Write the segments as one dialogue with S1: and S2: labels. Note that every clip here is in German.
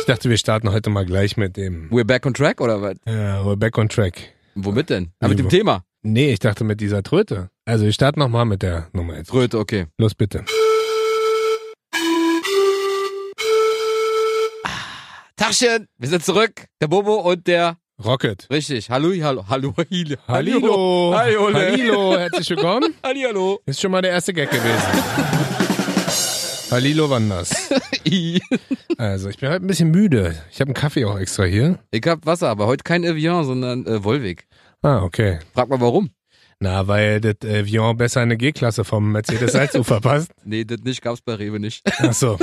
S1: Ich dachte, wir starten heute mal gleich mit dem
S2: We're back on track oder was?
S1: äh, We're Back on Track.
S2: Womit denn? Ah,
S1: Nee,
S2: mit dem
S1: wo-
S2: Thema.
S1: Nee, ich dachte mit dieser Tröte. Also ich starte nochmal mit der Nummer jetzt.
S2: Tröte, okay.
S1: Los bitte.
S2: Tachchen, wir sind zurück. Der Bobo und der,
S1: Rocket.
S2: richtig, hallo, hallo, hallo, hallo,
S1: Hallo.
S2: Hallo.
S1: Hallo. Herzlich willkommen.
S2: hallo,
S1: Ist schon mal der erste Gag gewesen. Halilo Wanders.
S2: I.
S1: Also ich bin heute ein bisschen müde. Ich habe einen Kaffee auch extra hier.
S2: Ich hab Wasser, aber heute kein Evian, sondern äh, Volvic.
S1: Ah, okay.
S2: Frag mal warum.
S1: Na, weil das äh, Vion besser eine G-Klasse vom Mercedes Salzufer passt.
S2: Nee, das nicht, gab's bei Rewe nicht.
S1: Ach so.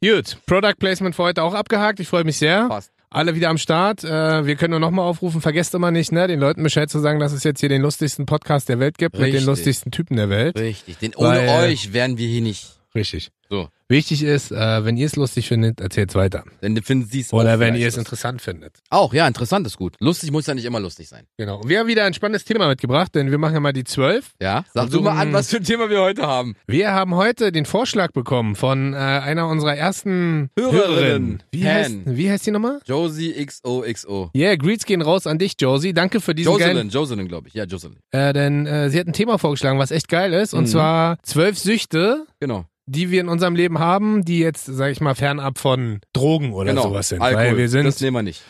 S1: Gut, Product Placement für heute auch abgehakt. Ich freue mich sehr.
S2: Passt.
S1: Alle wieder am Start. Äh, wir können nur nochmal aufrufen, vergesst immer nicht, ne, den Leuten Bescheid zu sagen, dass es jetzt hier den lustigsten Podcast der Welt gibt mit
S2: Richtig.
S1: den lustigsten Typen der Welt.
S2: Richtig, denn ohne
S1: Weil-
S2: euch wären wir hier nicht.
S1: Richtig.
S2: So.
S1: Wichtig ist, äh, wenn ihr es lustig findet, erzählt es weiter.
S2: Dann finden sie es
S1: Oder wenn
S2: auch vielleicht
S1: ihr es
S2: lustig.
S1: interessant findet.
S2: Auch, ja, interessant ist gut. Lustig muss ja nicht immer lustig sein.
S1: Genau. Und wir haben wieder ein spannendes Thema mitgebracht, denn wir machen ja mal die zwölf.
S2: Ja? Sag
S1: Also,
S2: du mal an,
S1: mm.
S2: was für ein Thema wir heute haben.
S1: Wir haben heute den Vorschlag bekommen von äh, einer unserer ersten
S2: Hörerinnen.
S1: Wie
S2: Pan.
S1: heißt, wie heißt die nochmal?
S2: Josie XOXO.
S1: Yeah, Greets gehen raus an dich, Josie. Danke für diesen geilen.
S2: Jocelyn, Jocelyn, glaube ich. Ja, Jocelyn.
S1: Äh, denn äh, sie hat ein Thema vorgeschlagen, was echt geil ist. Und
S2: Mhm.
S1: zwar zwölf Süchte,
S2: Genau.
S1: die wir in unserem Leben haben, die jetzt, sag ich mal, fernab von Drogen oder
S2: genau.
S1: sowas sind.
S2: Alkohol.
S1: Weil wir
S2: das
S1: sind
S2: nehmen wir nicht.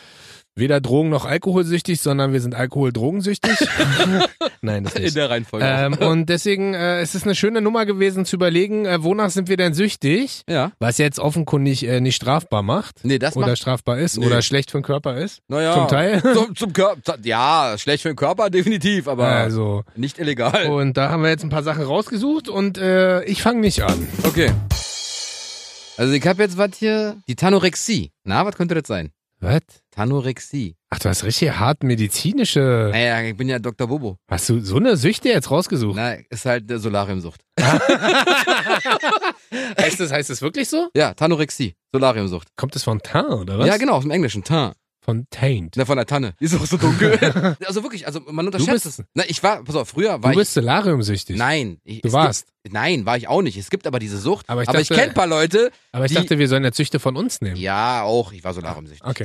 S1: weder Drogen noch alkoholsüchtig, sondern wir sind alkoholdrogensüchtig. Nein, das
S2: In
S1: nicht.
S2: der Reihenfolge.
S1: Ähm, und deswegen äh, es ist eine schöne Nummer gewesen zu überlegen, äh, wonach sind wir denn süchtig?
S2: ja.
S1: Was jetzt offenkundig äh, nicht strafbar macht.
S2: Nee, das
S1: oder
S2: macht,
S1: strafbar ist
S2: Nee.
S1: oder schlecht für den Körper ist.
S2: naja,
S1: zum Teil.
S2: Zum, zum Körper. Ja, schlecht für den Körper, definitiv, aber
S1: Also,
S2: nicht illegal.
S1: und da haben wir jetzt ein paar Sachen rausgesucht und äh, ich fange nicht an.
S2: Okay. Also ich habe jetzt was hier. Die Tanorexie. Na, was könnte das sein?
S1: Was?
S2: Tanorexie.
S1: Ach, du hast richtig hart medizinische.
S2: Naja, ich bin ja Dr. Bobo.
S1: Hast du so eine Süchte jetzt rausgesucht?
S2: Na, ist halt der Solariumsucht.
S1: Heißt das, heißt das wirklich so?
S2: Ja, Tanorexie. Solariumsucht.
S1: Kommt das von Tain oder was?
S2: Ja, genau, aus dem Englischen. Tan.
S1: Von Taint.
S2: Na, von der Tanne. Die ist auch so dunkel. also wirklich, also man unterschätzt
S1: bist-
S2: es. Na, ich war, pass auf, früher war
S1: Du bist ich, Nein.
S2: ich. Nein. Ich,
S1: Du
S2: es
S1: warst.
S2: Gibt, nein, war ich auch nicht. Es gibt aber diese Sucht.
S1: Aber ich dachte-
S2: kenne ein paar Leute.
S1: Aber ich
S2: Die-
S1: dachte, wir sollen jetzt Süchte von uns nehmen.
S2: Ja, auch. Ich war solariumsüchtig.
S1: Okay.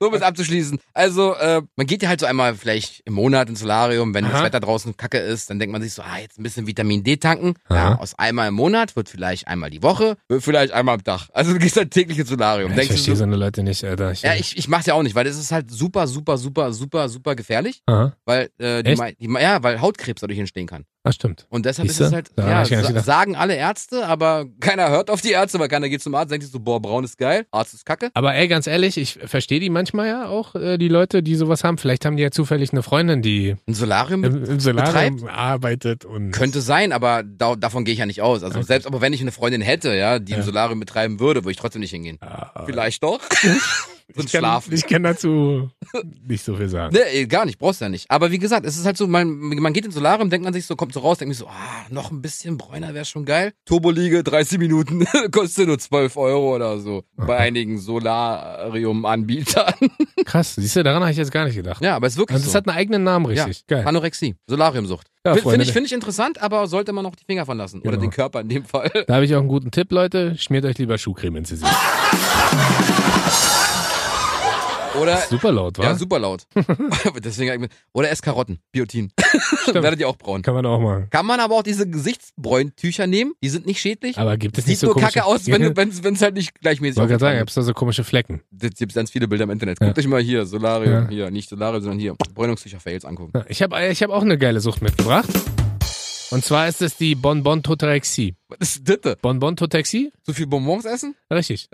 S2: Nur um es abzuschließen. Also, äh, man geht ja halt so einmal vielleicht im Monat ins Solarium, wenn das
S1: Aha.
S2: Wetter draußen kacke ist, dann denkt man sich so, ah, jetzt ein bisschen Vitamin D tanken.
S1: Aha.
S2: Ja, aus einmal im Monat wird vielleicht einmal die Woche, wird vielleicht einmal am Tag. Also du gehst halt täglich ins Solarium.
S1: Ich
S2: Denkst du
S1: verstehe
S2: so,
S1: so eine Leute nicht, Alter. Ich,
S2: ja, ich, ich mach's ja auch nicht, weil das ist halt super, super, super, super, super gefährlich,
S1: Aha.
S2: weil äh, die,
S1: Echt?
S2: mei- die, ja, weil Hautkrebs dadurch entstehen kann.
S1: Ah, stimmt.
S2: Und deshalb
S1: Siehste?
S2: ist es halt,
S1: Daran
S2: ja,
S1: hab ich gar nicht
S2: sa-
S1: gedacht.
S2: sagen alle Ärzte, aber keiner hört auf die Ärzte, weil keiner geht zum Arzt, denkt sich so, boah, braun ist geil, Arzt ist kacke.
S1: Aber ey, ganz ehrlich, ich verstehe die manchmal ja auch, äh, die Leute, die sowas haben. Vielleicht haben die ja zufällig eine Freundin, die
S2: Ein Solarium
S1: im, im Solarium arbeitet und.
S2: könnte sein, aber da, davon gehe ich ja nicht aus. Also
S1: Okay.
S2: selbst aber wenn ich eine Freundin hätte, ja, die ein
S1: Ja.
S2: Solarium betreiben würde, würde ich trotzdem nicht hingehen.
S1: Ah,
S2: Vielleicht doch. Und
S1: ich kann,
S2: schlafen.
S1: Ich kann dazu nicht so viel sagen.
S2: Nee, ey, gar nicht, brauchst ja nicht. Aber wie gesagt, es ist halt so, man, man geht ins Solarium, denkt man sich so, kommt so raus, denkt sich so, ah, noch ein bisschen bräuner wäre schon geil. Turboliege, 30 Minuten, kostet nur 12 Euro oder so. Bei einigen Solarium-Anbietern.
S1: Krass, siehst du, daran habe ich jetzt gar nicht gedacht.
S2: Ja, aber es ist wirklich
S1: Also es
S2: so.
S1: hat einen eigenen Namen, richtig.
S2: ja,
S1: Geil.
S2: Anorexie, Solariumsucht.
S1: Ja,
S2: Finde
S1: Freunde, ne?
S2: ich, find ich interessant, aber sollte man noch die Finger von lassen. Oder
S1: Genau.
S2: den Körper in dem Fall.
S1: da habe ich auch einen guten Tipp, Leute. Schmiert euch lieber Schuhcreme ins Gesicht.
S2: Oder
S1: Super laut, wa?
S2: Ja, super laut. Deswegen, oder ess Karotten, Biotin.
S1: Stimmt.
S2: Werdet ihr auch braun.
S1: Kann man auch machen.
S2: Kann man aber auch diese Gesichtsbräuntücher nehmen, die sind nicht schädlich.
S1: Aber gibt es
S2: Sieht
S1: nicht so
S2: so kacke
S1: komische-
S2: aus, wenn du- wenn es halt nicht
S1: Ich
S2: gleichmäßig
S1: wollte gerade sagen,
S2: aufgetragen
S1: gibt's da so komische Flecken.
S2: wird. Es gibt ganz viele Bilder im Internet. Guckt
S1: Ja.
S2: euch mal hier, Solarium,
S1: Ja.
S2: hier, nicht Solarium, sondern hier, Bräunungstücher-Fails angucken.
S1: Ja, Ich habe ich hab auch eine geile Sucht mitgebracht. Und zwar ist es die Bonbon-Totorexie.
S2: Was ist das? denn?
S1: Bonbon-Totorexie?
S2: Zu viel Bonbons essen?
S1: Richtig.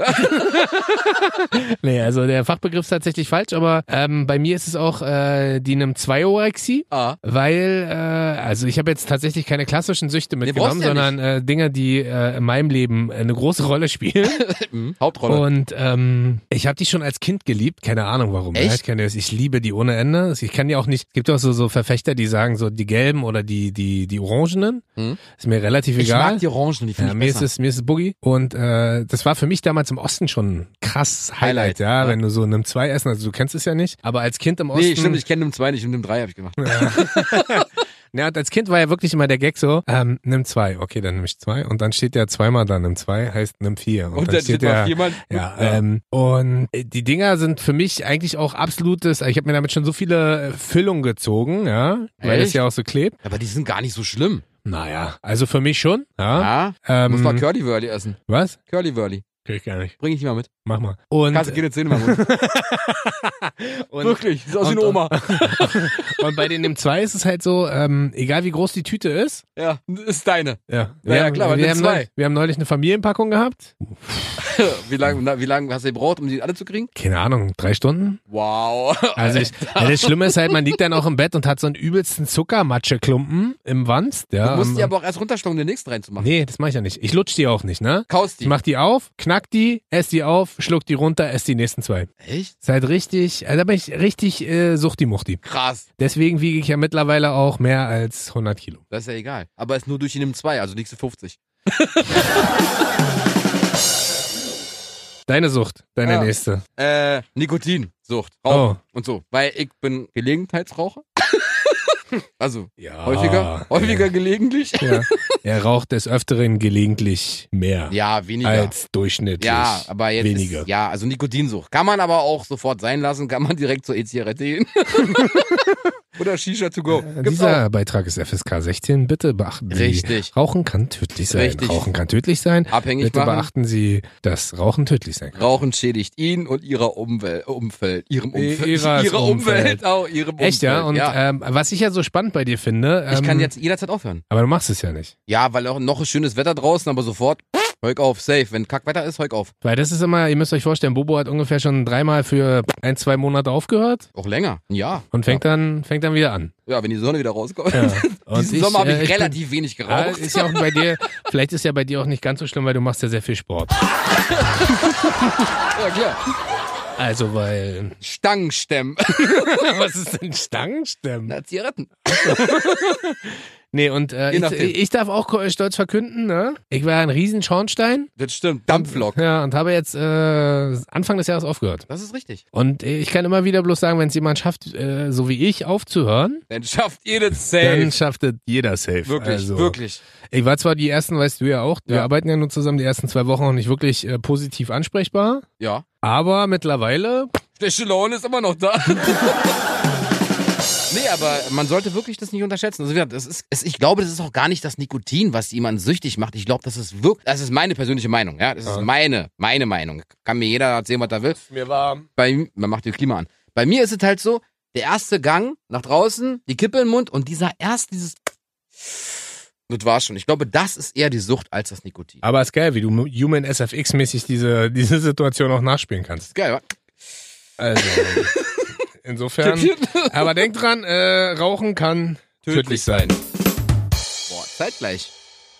S1: nee, also der Fachbegriff ist tatsächlich falsch, aber ähm, bei mir ist es auch äh, die einem 2 orexie
S2: Ah.
S1: weil, äh, also ich habe jetzt tatsächlich keine klassischen Süchte mitgenommen,
S2: brauchst du ja
S1: sondern äh, Dinge, die äh, in meinem Leben eine große Rolle spielen.
S2: Mhm. Hauptrolle.
S1: Und ähm, ich habe die schon als Kind geliebt, keine Ahnung warum.
S2: Echt?
S1: Ich, keine, ich liebe die ohne Ende. Ich kann die auch nicht. Es gibt auch so, so Verfechter, die sagen so die gelben oder die die die orangenen.
S2: Mhm.
S1: Ist mir relativ
S2: ich
S1: egal.
S2: mag die Orangen, die finde
S1: Ja,
S2: ich
S1: mir ist
S2: besser.
S1: es, mir ist es Boogie. Und äh, das war für mich damals im Osten schon ein krass Highlight,
S2: Highlight,
S1: ja,
S2: ja.
S1: Wenn du so in einem Zwei essen, also du kennst es ja nicht, aber als Kind im Osten.
S2: nee, stimmt, ich kenne dem 2 nicht, ich nehme dem 3 habe ich gemacht.
S1: Ja, und als Kind war ja wirklich immer der Gag so, ähm, nimm zwei. Okay, dann nimm ich zwei. Und dann steht ja zweimal da, nimm zwei, heißt nimm vier.
S2: Und, dann steht da
S1: ja,
S2: jemand.
S1: ja, Ähm, und äh, die Dinger sind für mich eigentlich auch absolutes, also ich habe mir damit schon so viele äh, Füllungen gezogen, ja, weil es
S2: Echt?
S1: ja auch so klebt.
S2: Aber die sind gar nicht so schlimm.
S1: Naja, also für mich schon, ja.
S2: Ja.
S1: Ähm,
S2: Muss mal Curly Wurly essen.
S1: was?
S2: Curly Wurly.
S1: Krieg ich gar nicht.
S2: Bring ich die mal mit.
S1: Mach mal. Und, äh,
S2: Kannst du keine Zähne mehr machen.
S1: und,
S2: Wirklich. Sieht aus wie
S1: und-
S2: eine Oma.
S1: und bei den nimm zwei ist es halt so, ähm, egal wie groß die Tüte ist,
S2: Ja. Ist deine.
S1: Ja,
S2: Ja, ja, klar, weil
S1: wir,
S2: wir
S1: haben
S2: zwei.
S1: Neulich, wir haben neulich eine Familienpackung gehabt.
S2: Wie lange na, wie lang hast du gebraucht, um die alle zu kriegen?
S1: Keine Ahnung, drei Stunden.
S2: Wow.
S1: Also ich, ja, das Schlimme ist halt, man liegt dann auch im Bett und hat so einen übelsten Zuckermatscheklumpen im Wanst. Ja,
S2: Du musst
S1: am-
S2: die aber auch erst runterschlucken, um den nächsten reinzumachen.
S1: ähm, nee, das mache ich ja nicht. Ich lutsch die auch nicht, ne?
S2: Kaust
S1: Ich
S2: die.
S1: mach die auf, knack die, ess die auf, schluck die runter, ess die nächsten zwei.
S2: Echt?
S1: Seid richtig, also da bin ich richtig äh, suchti-muchti.
S2: Krass.
S1: Deswegen wiege ich ja mittlerweile auch mehr als 100 Kilo.
S2: Das ist ja egal. Aber ist nur durch die Nimm 2, also liegst du 50.
S1: Deine Sucht, deine
S2: Ja.
S1: nächste.
S2: Äh, Nikotinsucht.
S1: Oh.
S2: Rauchen und so. Weil ich bin Gelegenheitsraucher. also
S1: Ja.
S2: häufiger, häufiger gelegentlich.
S1: Ah, Ja. Er raucht des Öfteren gelegentlich mehr.
S2: Ja, weniger.
S1: als durchschnittlich.
S2: ja, aber jetzt
S1: weniger.
S2: Ist, ja, also Nikotinsucht. Kann man aber auch sofort sein lassen, kann man direkt zur E-Zigarette gehen. Oder Shisha to go.
S1: Äh,
S2: Gibt's
S1: Dieser Beitrag ist FSK 16. Bitte beachten Sie,
S2: Richtig.
S1: Rauchen kann tödlich sein.
S2: Richtig.
S1: Rauchen kann tödlich sein.
S2: auch. Abhängig
S1: Bitte
S2: machen.
S1: beachten Sie, dass Rauchen tödlich sein kann.
S2: Rauchen schädigt ihn und ihrer Umwelt, Umfeld, ihrem
S1: I-
S2: Umfeld,
S1: ihres
S2: ihre Umwelt,
S1: Umfeld.
S2: auch ihrem Umfeld.
S1: Echt, ja? Und
S2: ja.
S1: Ähm, was ich ja so spannend bei dir finde. Ähm,
S2: ich kann jetzt jederzeit aufhören.
S1: Aber du machst es ja nicht.
S2: Ja, weil auch noch ist schönes Wetter draußen, aber sofort heuk auf, safe. Wenn Kackwetter ist, heuk auf.
S1: Weil das ist immer, ihr müsst euch vorstellen, Bobo hat ungefähr schon dreimal für ein, zwei Monate aufgehört
S2: Auch länger. Ja.
S1: und fängt, dann, fängt dann wieder an.
S2: Ja, wenn die Sonne wieder rauskommt.
S1: Ja. Und
S2: Diesen Sommer habe ich,
S1: äh, bin-
S2: relativ wenig
S1: Ja,
S2: geraucht.
S1: ist ja auch bei dir, vielleicht ist ja bei dir auch nicht ganz so schlimm, weil du machst ja sehr viel Sport.
S2: Ja, klar.
S1: Also, weil.
S2: Stangenstemmen.
S1: Was ist denn Stangenstemmen?
S2: Na, Zigaretten.
S1: Nee, und äh,
S2: Je
S1: ich,
S2: nachdem.
S1: ich darf auch ko- stolz verkünden, ne? Ich war ein riesen Schornstein
S2: Das stimmt. Dampflok.
S1: ja, und habe jetzt äh, Anfang des Jahres aufgehört.
S2: Das ist richtig.
S1: Und äh, ich kann immer wieder bloß sagen, wenn es jemand schafft, äh, so wie ich, aufzuhören,
S2: Dann schafft ihr das
S1: dann
S2: safe.
S1: schafft es jeder safe.
S2: Wirklich,
S1: also,
S2: wirklich.
S1: Ich war zwar die ersten, weißt du ja auch, wir
S2: Ja.
S1: arbeiten ja nur zusammen die ersten zwei Wochen auch nicht wirklich äh, positiv ansprechbar,
S2: Ja.
S1: aber mittlerweile,
S2: Schlechte Laune ist immer noch da. Nee, aber man sollte wirklich das nicht unterschätzen. Also, wie gesagt, das ist, es- ich glaube, das ist auch gar nicht das Nikotin, was jemanden süchtig macht. Ich glaube, das ist wirklich, das ist meine persönliche Meinung. Ja, das ist
S1: Ja.
S2: meine, meine Meinung. Kann mir jeder erzählen, was er will.
S1: mir war
S2: Bei, m- man macht die Klima an. Bei mir ist es halt so, der erste Gang nach draußen, die Kippe im Mund und dieser erst dieses, das war's schon. Ich glaube, das ist eher die Sucht als das Nikotin.
S1: aber ist geil, wie du Human SFX mäßig diese diese Situation auch nachspielen kannst.
S2: Geil, wa?
S1: Also insofern Aber denk dran, äh, Rauchen kann tödlich sein.
S2: Boah, zeitgleich.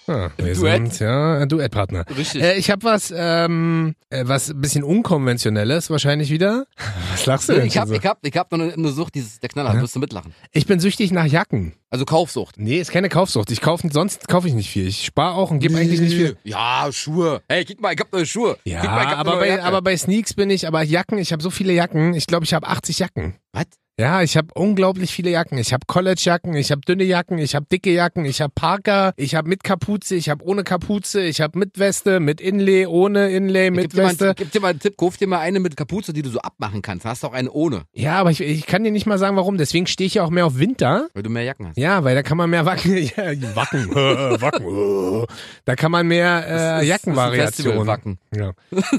S1: Ah, wir
S2: Duett.
S1: sind ja ein Duettpartner.
S2: Richtig.
S1: Äh, ich habe was, ähm, äh, was ein bisschen unkonventionelles wahrscheinlich wieder. Was lachst du denn?
S2: Ich
S1: schon
S2: hab,
S1: so?
S2: ich hab, ich hab noch eine, eine Sucht, dieses, der Knaller,
S1: Ja.
S2: wirst du mitlachen.
S1: ich bin süchtig nach Jacken.
S2: Also Kaufsucht.
S1: Nee, ist keine Kaufsucht. Ich kaufe sonst kaufe ich nicht viel. Ich spare auch und gebe eigentlich nicht viel.
S2: Ja, Schuhe. Hey, guck mal, ich hab neue Schuhe.
S1: Ja,
S2: guck mal, ich hab
S1: aber,
S2: neue
S1: bei,
S2: Jacke.
S1: aber bei Sneaks bin ich, aber Jacken, ich habe so viele Jacken. Ich glaube, ich habe 80 Jacken.
S2: Was?
S1: Ja, ich habe unglaublich viele Jacken. Ich habe College-Jacken, ich habe dünne Jacken, ich habe dicke Jacken, ich habe Parker, ich habe mit Kapuze, ich habe ohne Kapuze, ich habe mit Weste, mit Inlay, ohne Inlay,
S2: Ich
S1: mit
S2: geb, dir mal,
S1: Weste.
S2: ich geb dir mal einen Tipp, kauf dir mal eine mit Kapuze, die du so abmachen kannst. Hast auch eine ohne,
S1: Ja, aber ich, ich kann dir nicht mal sagen, warum. Deswegen stehe ich ja auch mehr auf Winter.
S2: weil du mehr Jacken hast.
S1: Ja, weil da kann man mehr Wacken, ja, Wacken, äh, Wacken, äh. da kann man mehr äh, Jackenvariationen.
S2: Wacken.
S1: Ja.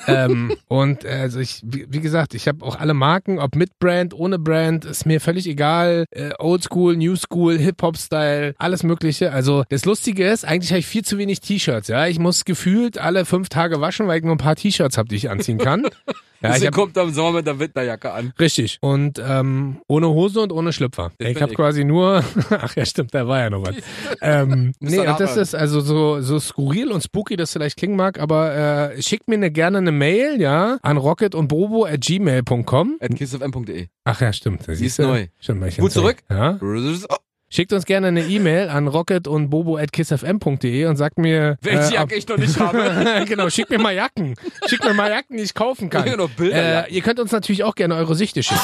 S1: ähm, und äh, also ich, wie, wie gesagt, ich habe auch alle Marken, ob mit Brand, ohne Brand, ist mir völlig egal. Äh, Old School, New School, Hip-Hop-Style, alles Mögliche. Also das Lustige ist, eigentlich habe ich viel zu wenig T-Shirts. Ja, ich muss gefühlt alle fünf Tage waschen, weil ich nur ein paar T-Shirts habe, die ich anziehen kann. ja, ich
S2: Deswegen
S1: hab,
S2: kommt am Sommer mit der Winterjacke an.
S1: richtig. Und ähm, ohne Hose und ohne Schlüpfer.
S2: Das
S1: ich
S2: bin
S1: habe
S2: ich.
S1: quasi nur, ach ja, stimmt, da war ja noch was. Ähm,
S2: Muss
S1: nee,
S2: dann
S1: und das
S2: arbeiten.
S1: ist also so, so skurril und spooky, das vielleicht klingen mag, aber äh, schickt mir eine, gerne eine Mail, ja, an rocket und bobo at gmail.com.
S2: At kissofm.de.
S1: Ach ja, stimmt.
S2: Sie ist
S1: siehste.
S2: neu.
S1: Stimmt, weil ich
S2: Gut
S1: ganz-
S2: zurück.
S1: Ja.
S2: Oh,
S1: Schickt uns gerne eine E-Mail an rocket und bobo at kissfm.de und sagt mir.
S2: welche
S1: äh,
S2: Jacke ich noch nicht habe.
S1: ob- genau, schickt mir mal Jacken. Schickt mir mal Jacken, die ich kaufen
S2: Ich hab
S1: kann.
S2: noch Genau, Bilder.
S1: Äh, ihr könnt uns natürlich auch gerne eure Süchte schicken.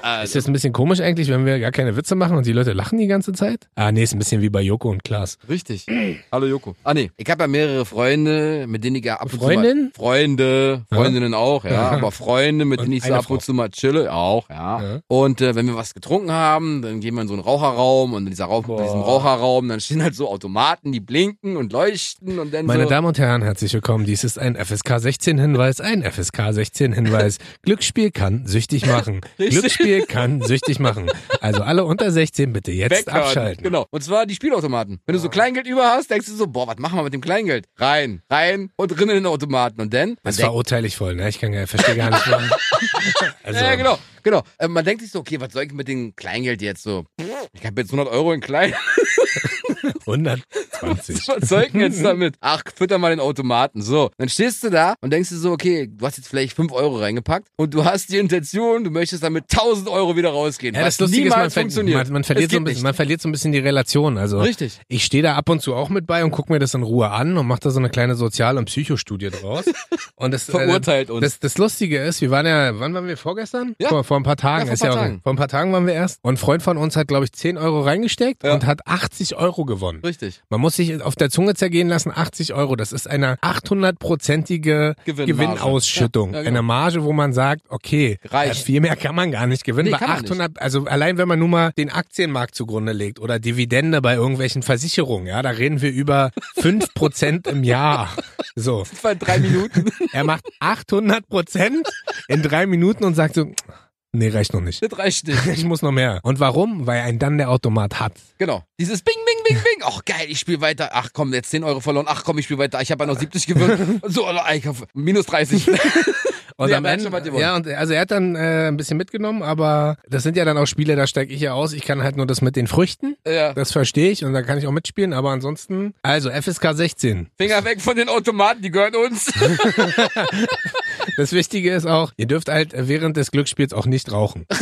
S2: Also.
S1: Ist das ein bisschen komisch eigentlich, wenn wir gar keine Witze machen und die Leute lachen die ganze Zeit? Ah, nee, ist ein bisschen wie bei Joko und Klaas.
S2: Richtig. Hallo Joko. Ah nee, ich habe ja mehrere Freunde, mit denen ich ja ab und zu
S1: Freundin?
S2: mal, Freunde, Freundinnen auch, ja, aber Freunde, mit
S1: Und
S2: denen ich so
S1: eine
S2: ab und
S1: Frau.
S2: zu mal chille, auch, ja.
S1: Ja.
S2: Und äh, wenn wir was getrunken haben, dann gehen wir in so einen Raucherraum und in, dieser Rauch, in diesem Raucherraum, dann stehen halt so Automaten, die blinken und leuchten und dann
S1: Meine
S2: so.
S1: Damen und Herren, herzlich willkommen. Dies ist ein FSK 16 Hinweis, ein FSK 16 Hinweis. Glücksspiel kann süchtig machen.
S2: Richtig.
S1: Glücksspiel kann süchtig machen. Also alle unter 16 bitte jetzt
S2: Weghören.
S1: abschalten.
S2: Genau. Und zwar die Spielautomaten. Wenn du so Kleingeld über hast, denkst du so, boah, was machen wir mit dem Kleingeld? Rein, rein und rinnen in den Automaten. Und dann?
S1: Das
S2: man denkt-
S1: verurteile ich voll, ne? Ich kann gar, verstehe gar nicht, warum. Also,
S2: Ja, genau, genau. Äh, man denkt sich so, okay, was soll ich mit dem Kleingeld jetzt so? Ich habe jetzt 100 Euro in Klein.
S1: 120.
S2: Was soll ich denn jetzt damit? Ach, fütter mal den Automaten. So, dann stehst du da und denkst dir so, okay, du hast jetzt vielleicht 5 Euro reingepackt und du hast die Intention, du möchtest damit 1000 Euro wieder rausgehen.
S1: Ja,
S2: was
S1: das Lustige ist, man,
S2: niemals
S1: ver
S2: funktioniert.
S1: man, man,
S2: Es
S1: verliert so
S2: geht
S1: ein bisschen,
S2: nicht.
S1: man verliert so ein bisschen die Relation. Also
S2: Richtig.
S1: ich stehe da ab und zu auch mit bei und gucke mir das in Ruhe an und mache da so eine kleine Sozial- und Psychostudie draus. Und das, äh,
S2: Verurteilt uns.
S1: Das, das Lustige ist, wir waren ja, wann waren wir vorgestern?
S2: Ja.
S1: Vor, vor ein paar Tagen.
S2: Ja, vor
S1: ist
S2: ein paar
S1: ja, auch-
S2: Tagen.
S1: Vor ein paar Tagen waren wir erst. Und ein Freund von uns hat, glaube ich, 10 Euro reingesteckt
S2: Ja.
S1: und hat 80 Euro gewonnen.
S2: Richtig.
S1: Man muss sich auf der Zunge zergehen lassen, 80 Euro. Das ist eine 800-prozentige
S2: Gewinnmarge.
S1: Gewinnausschüttung.
S2: Ja, ja, genau.
S1: Eine Marge, wo man sagt, okay,
S2: Reicht.
S1: äh, viel mehr kann man gar nicht gewinnen.
S2: Nee,
S1: bei
S2: kann man nicht.
S1: 800, also allein wenn man nur mal den Aktienmarkt zugrunde legt oder Dividende bei irgendwelchen Versicherungen, ja, da reden wir über 5% im Jahr. So.
S2: Das waren drei Minuten.
S1: Er macht 800% in drei Minuten und sagt so, nee, reicht noch nicht.
S2: das reicht nicht.
S1: Ich muss noch mehr. Und warum? Weil ein dann der Automat hat.
S2: Genau. Dieses Bing, Bing, Bing, Bing. Ach geil, ich spiele weiter. Ach komm, jetzt 10 Euro verloren. Ach komm, ich spiele weiter. Ich habe ja noch 70 gewonnen. So, oh, ich hab minus 30.
S1: Und
S2: Nee,
S1: am
S2: aber er hat
S1: Ende,
S2: schon was gewonnen.
S1: ja, und also er hat dann äh, ein bisschen mitgenommen, aber das sind ja dann auch Spiele, da steige ich ja aus. Ich kann halt nur das mit den Früchten,
S2: Äh, ja.
S1: das verstehe ich und da kann ich auch mitspielen, aber ansonsten, also FSK 16.
S2: Finger weg von den Automaten, die gehören uns.
S1: Das Wichtige ist auch, ihr dürft halt während des Glücksspiels auch nicht rauchen.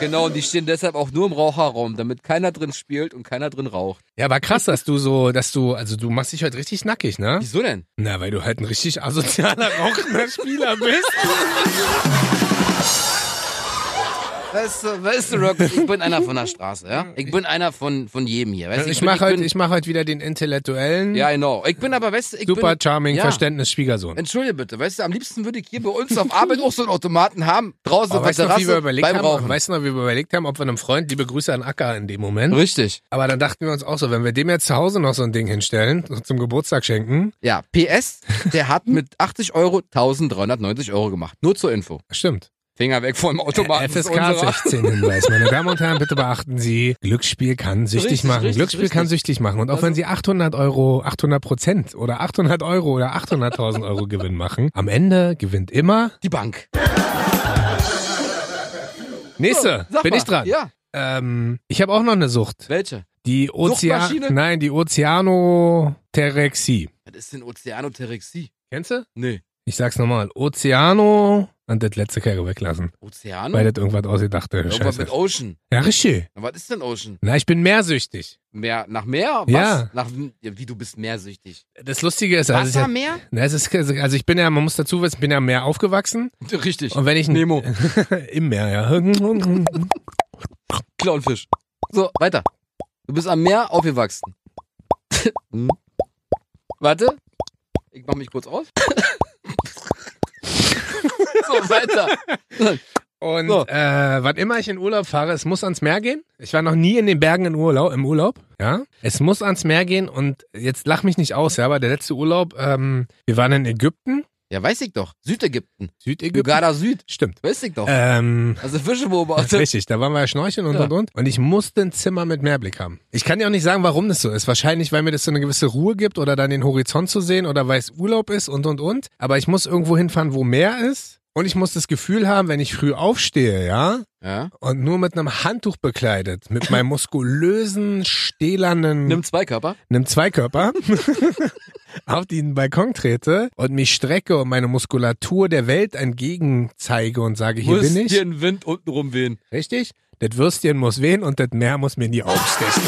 S2: genau, und die stehen deshalb auch nur im Raucherraum, damit keiner drin spielt und keiner drin raucht.
S1: Ja, aber krass, dass du so, dass du, also du machst dich heute richtig nackig, ne?
S2: Wieso denn?
S1: Na, weil du halt ein richtig asozialer, rauchender Spieler bist.
S2: Weißt du, weißt du, Rock, ich bin einer von der Straße, ja? Ich bin einer von, von jedem hier. Weißt, du,
S1: Ich
S2: Also bin-
S1: mache heute,
S2: bin-
S1: ich mach heute wieder den intellektuellen,
S2: Ja, genau. Ich bin aber, weißt du, ich
S1: super
S2: bin...
S1: charming,
S2: Ja.
S1: Verständnis Schwiegersohn.
S2: Entschuldige bitte, weißt du, am liebsten würde ich hier bei uns auf Arbeit auch so einen Automaten haben, draußen
S1: Aber
S2: auf
S1: weißt du,
S2: der
S1: noch, wie wir
S2: Terrasse
S1: überlegt
S2: beim
S1: haben,
S2: Rauchen.
S1: weißt du noch, wie wir überlegt haben, ob wir einem Freund, liebe Grüße an Acker in dem Moment.
S2: Richtig.
S1: Aber dann dachten wir uns auch so, wenn wir dem jetzt zu Hause noch so ein Ding hinstellen, so zum Geburtstag schenken,
S2: Ja, PS, der hat mit 80 Euro 1390 Euro gemacht. Nur zur Info.
S1: stimmt.
S2: Finger weg
S1: Äh,
S2: vom Automaten. das ist
S1: FSK
S2: unserer.
S1: 16 Hinweis. Meine Damen und Herren, bitte beachten Sie, Glücksspiel kann süchtig
S2: Richtig,
S1: machen.
S2: richtig,
S1: Glücksspiel
S2: richtig. Also
S1: kann süchtig machen. Und auch wenn Sie 800 Euro, 800 Prozent oder 800 Euro oder 800.000 Euro Gewinn machen, am Ende gewinnt immer...
S2: Die Bank.
S1: Nächste,
S2: Sag
S1: bin
S2: mal.
S1: ich dran.
S2: Ja,
S1: Ähm, ich habe auch noch eine Sucht.
S2: welche?
S1: Die Ozean...
S2: Suchtmaschine?
S1: Nein, die Ozeanoterexie.
S2: Was ist denn Ozeanoterexie?
S1: Kennst du?
S2: Nee.
S1: Ich sag's nochmal. Ozeano und das letzte kann ich weglassen.
S2: Ozeano?
S1: Weil das irgendwas ausgedacht ist.
S2: Irgendwas Hm. mit
S1: Scheiße.
S2: Ocean.
S1: Ja, richtig.
S2: Na, was ist denn Ocean?
S1: Na, ich bin mehrsüchtig.
S2: Meer, nach Meer? Was?
S1: Ja.
S2: Nach, ja, wie du bist mehrsüchtig.
S1: Das Lustige ist, also, ich, ja-
S2: Wassermeer?
S1: na, es ist, also ich bin ja, man muss dazu wissen, ich bin ja mehr aufgewachsen.
S2: Richtig.
S1: Und wenn ich
S2: Nemo.
S1: im Meer, ja.
S2: Clownfisch. So, weiter. Du bist am Meer aufgewachsen. Hm. Warte. Ich mach mich kurz aus. so, weiter.
S1: Und
S2: So.
S1: äh, wann immer ich in Urlaub fahre, es muss ans Meer gehen. Ich war noch nie in den Bergen in Urlaub, im Urlaub. Ja, es muss ans Meer gehen. Und jetzt lach mich nicht aus, ja, aber der letzte Urlaub, ähm, wir waren in Ägypten,
S2: Ja, weiß ich doch. Südägypten.
S1: Südägypten.
S2: Lugada Süd.
S1: Stimmt.
S2: Weiß ich doch.
S1: Ähm,
S2: Also Fische
S1: Das ist
S2: beobachtet.
S1: Richtig, da waren wir ja schnorcheln und
S2: Ja.
S1: und und. Und ich musste ein Zimmer mit Mehrblick haben. Ich kann dir auch nicht sagen, warum das so ist. Wahrscheinlich, weil mir das so eine gewisse Ruhe gibt oder dann den Horizont zu sehen oder weil es Urlaub ist und und und. Aber ich muss irgendwo hinfahren, wo Meer ist. Und ich muss das Gefühl haben, wenn ich früh aufstehe, ja,
S2: Ja.
S1: und nur mit einem Handtuch bekleidet, mit meinem muskulösen, stählernen
S2: Nimm zwei Körper.
S1: einem Zweikörper auf den Balkon trete und mich strecke und meine Muskulatur der Welt entgegen zeige und sage, hier bin ich.
S2: hier ein Wind unten rumwehen.
S1: Richtig? Das Würstchen muss wehen und das Meer muss mir in die Augen stechen.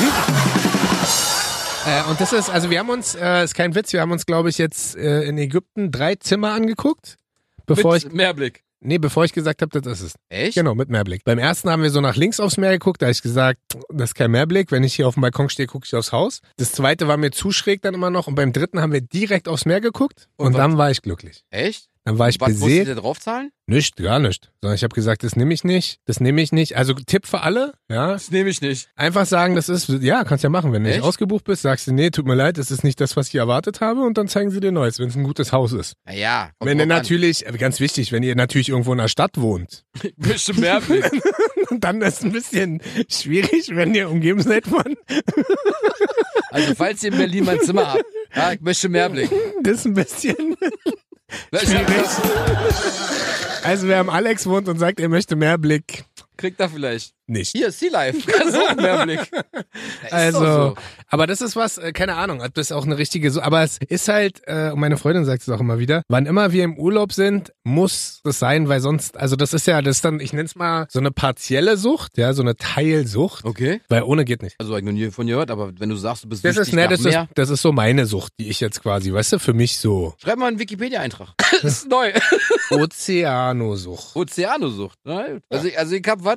S1: Äh, und das ist, also wir haben uns, äh, ist kein Witz, wir haben uns, glaube ich, jetzt äh, in Ägypten drei Zimmer angeguckt, bevor ich,
S2: Mit Meerblick.
S1: Nee, bevor ich gesagt habe, das ist es.
S2: Echt?
S1: Genau, mit Mehrblick. Beim ersten haben wir so nach links aufs Meer geguckt, da habe ich gesagt, das ist kein Mehrblick. Wenn ich hier auf dem Balkon stehe, gucke ich aufs Haus. Das zweite war mir zu schräg dann immer noch und beim dritten haben wir direkt aufs Meer geguckt und,
S2: Und was-
S1: dann war ich glücklich.
S2: Echt?
S1: Dann war ich
S2: Was musst du
S1: beseelt.
S2: dir draufzahlen?
S1: Nicht, gar nicht. Sondern ich habe gesagt, das nehme ich nicht, das nehme ich nicht. Also Tipp für alle, ja.
S2: Das nehme ich nicht.
S1: Einfach sagen, das ist, ja, kannst ja machen. Wenn du nicht
S2: Echt?
S1: ausgebucht bist, sagst du, nee, tut mir leid, das ist nicht das, was ich erwartet habe und dann zeigen sie dir Neues, wenn es ein gutes Haus ist.
S2: Naja. kommt
S1: wenn
S2: drauf
S1: ihr
S2: an.
S1: natürlich, äh, ganz wichtig, wenn ihr natürlich irgendwo in der Stadt wohnt,
S2: Bestimmt Mehrblick.
S1: dann ist es ein bisschen schwierig, wenn ihr umgeben seid von,
S2: Also, falls ihr in Berlin mein Zimmer habt, ja, ich möchte Mehrblick.
S1: das ist ein bisschen
S2: Vielleicht
S1: schwierig. Also wer am Alex wohnt und sagt, er möchte mehr Blick,
S2: kriegt da vielleicht.
S1: nicht.
S2: Hier, Sea Life. Kannst auch Mehrblick. Ja, ist
S1: Also,
S2: doch so.
S1: aber das ist was, äh, keine Ahnung, ob das auch eine richtige, so, aber es ist halt, äh, und meine Freundin sagt es auch immer wieder, wann immer wir im Urlaub sind, muss das sein, weil sonst, also das ist ja, das ist dann, ich nenne es mal so eine partielle Sucht, ja, so eine Teilsucht,
S2: Okay.
S1: weil ohne geht nicht.
S2: Also, hab ich noch nie von dir gehört, aber wenn du sagst, du bist
S1: Das ist,
S2: süchtig
S1: ne,
S2: nach
S1: das, ist,
S2: mehr.
S1: das ist so meine Sucht, die ich jetzt quasi, weißt du, für mich so
S2: Schreib mal einen Wikipedia-Eintrag. ist neu.
S1: Ozeanosucht.
S2: Ozeanosucht. Ne? Also, ich- also, ich hab was.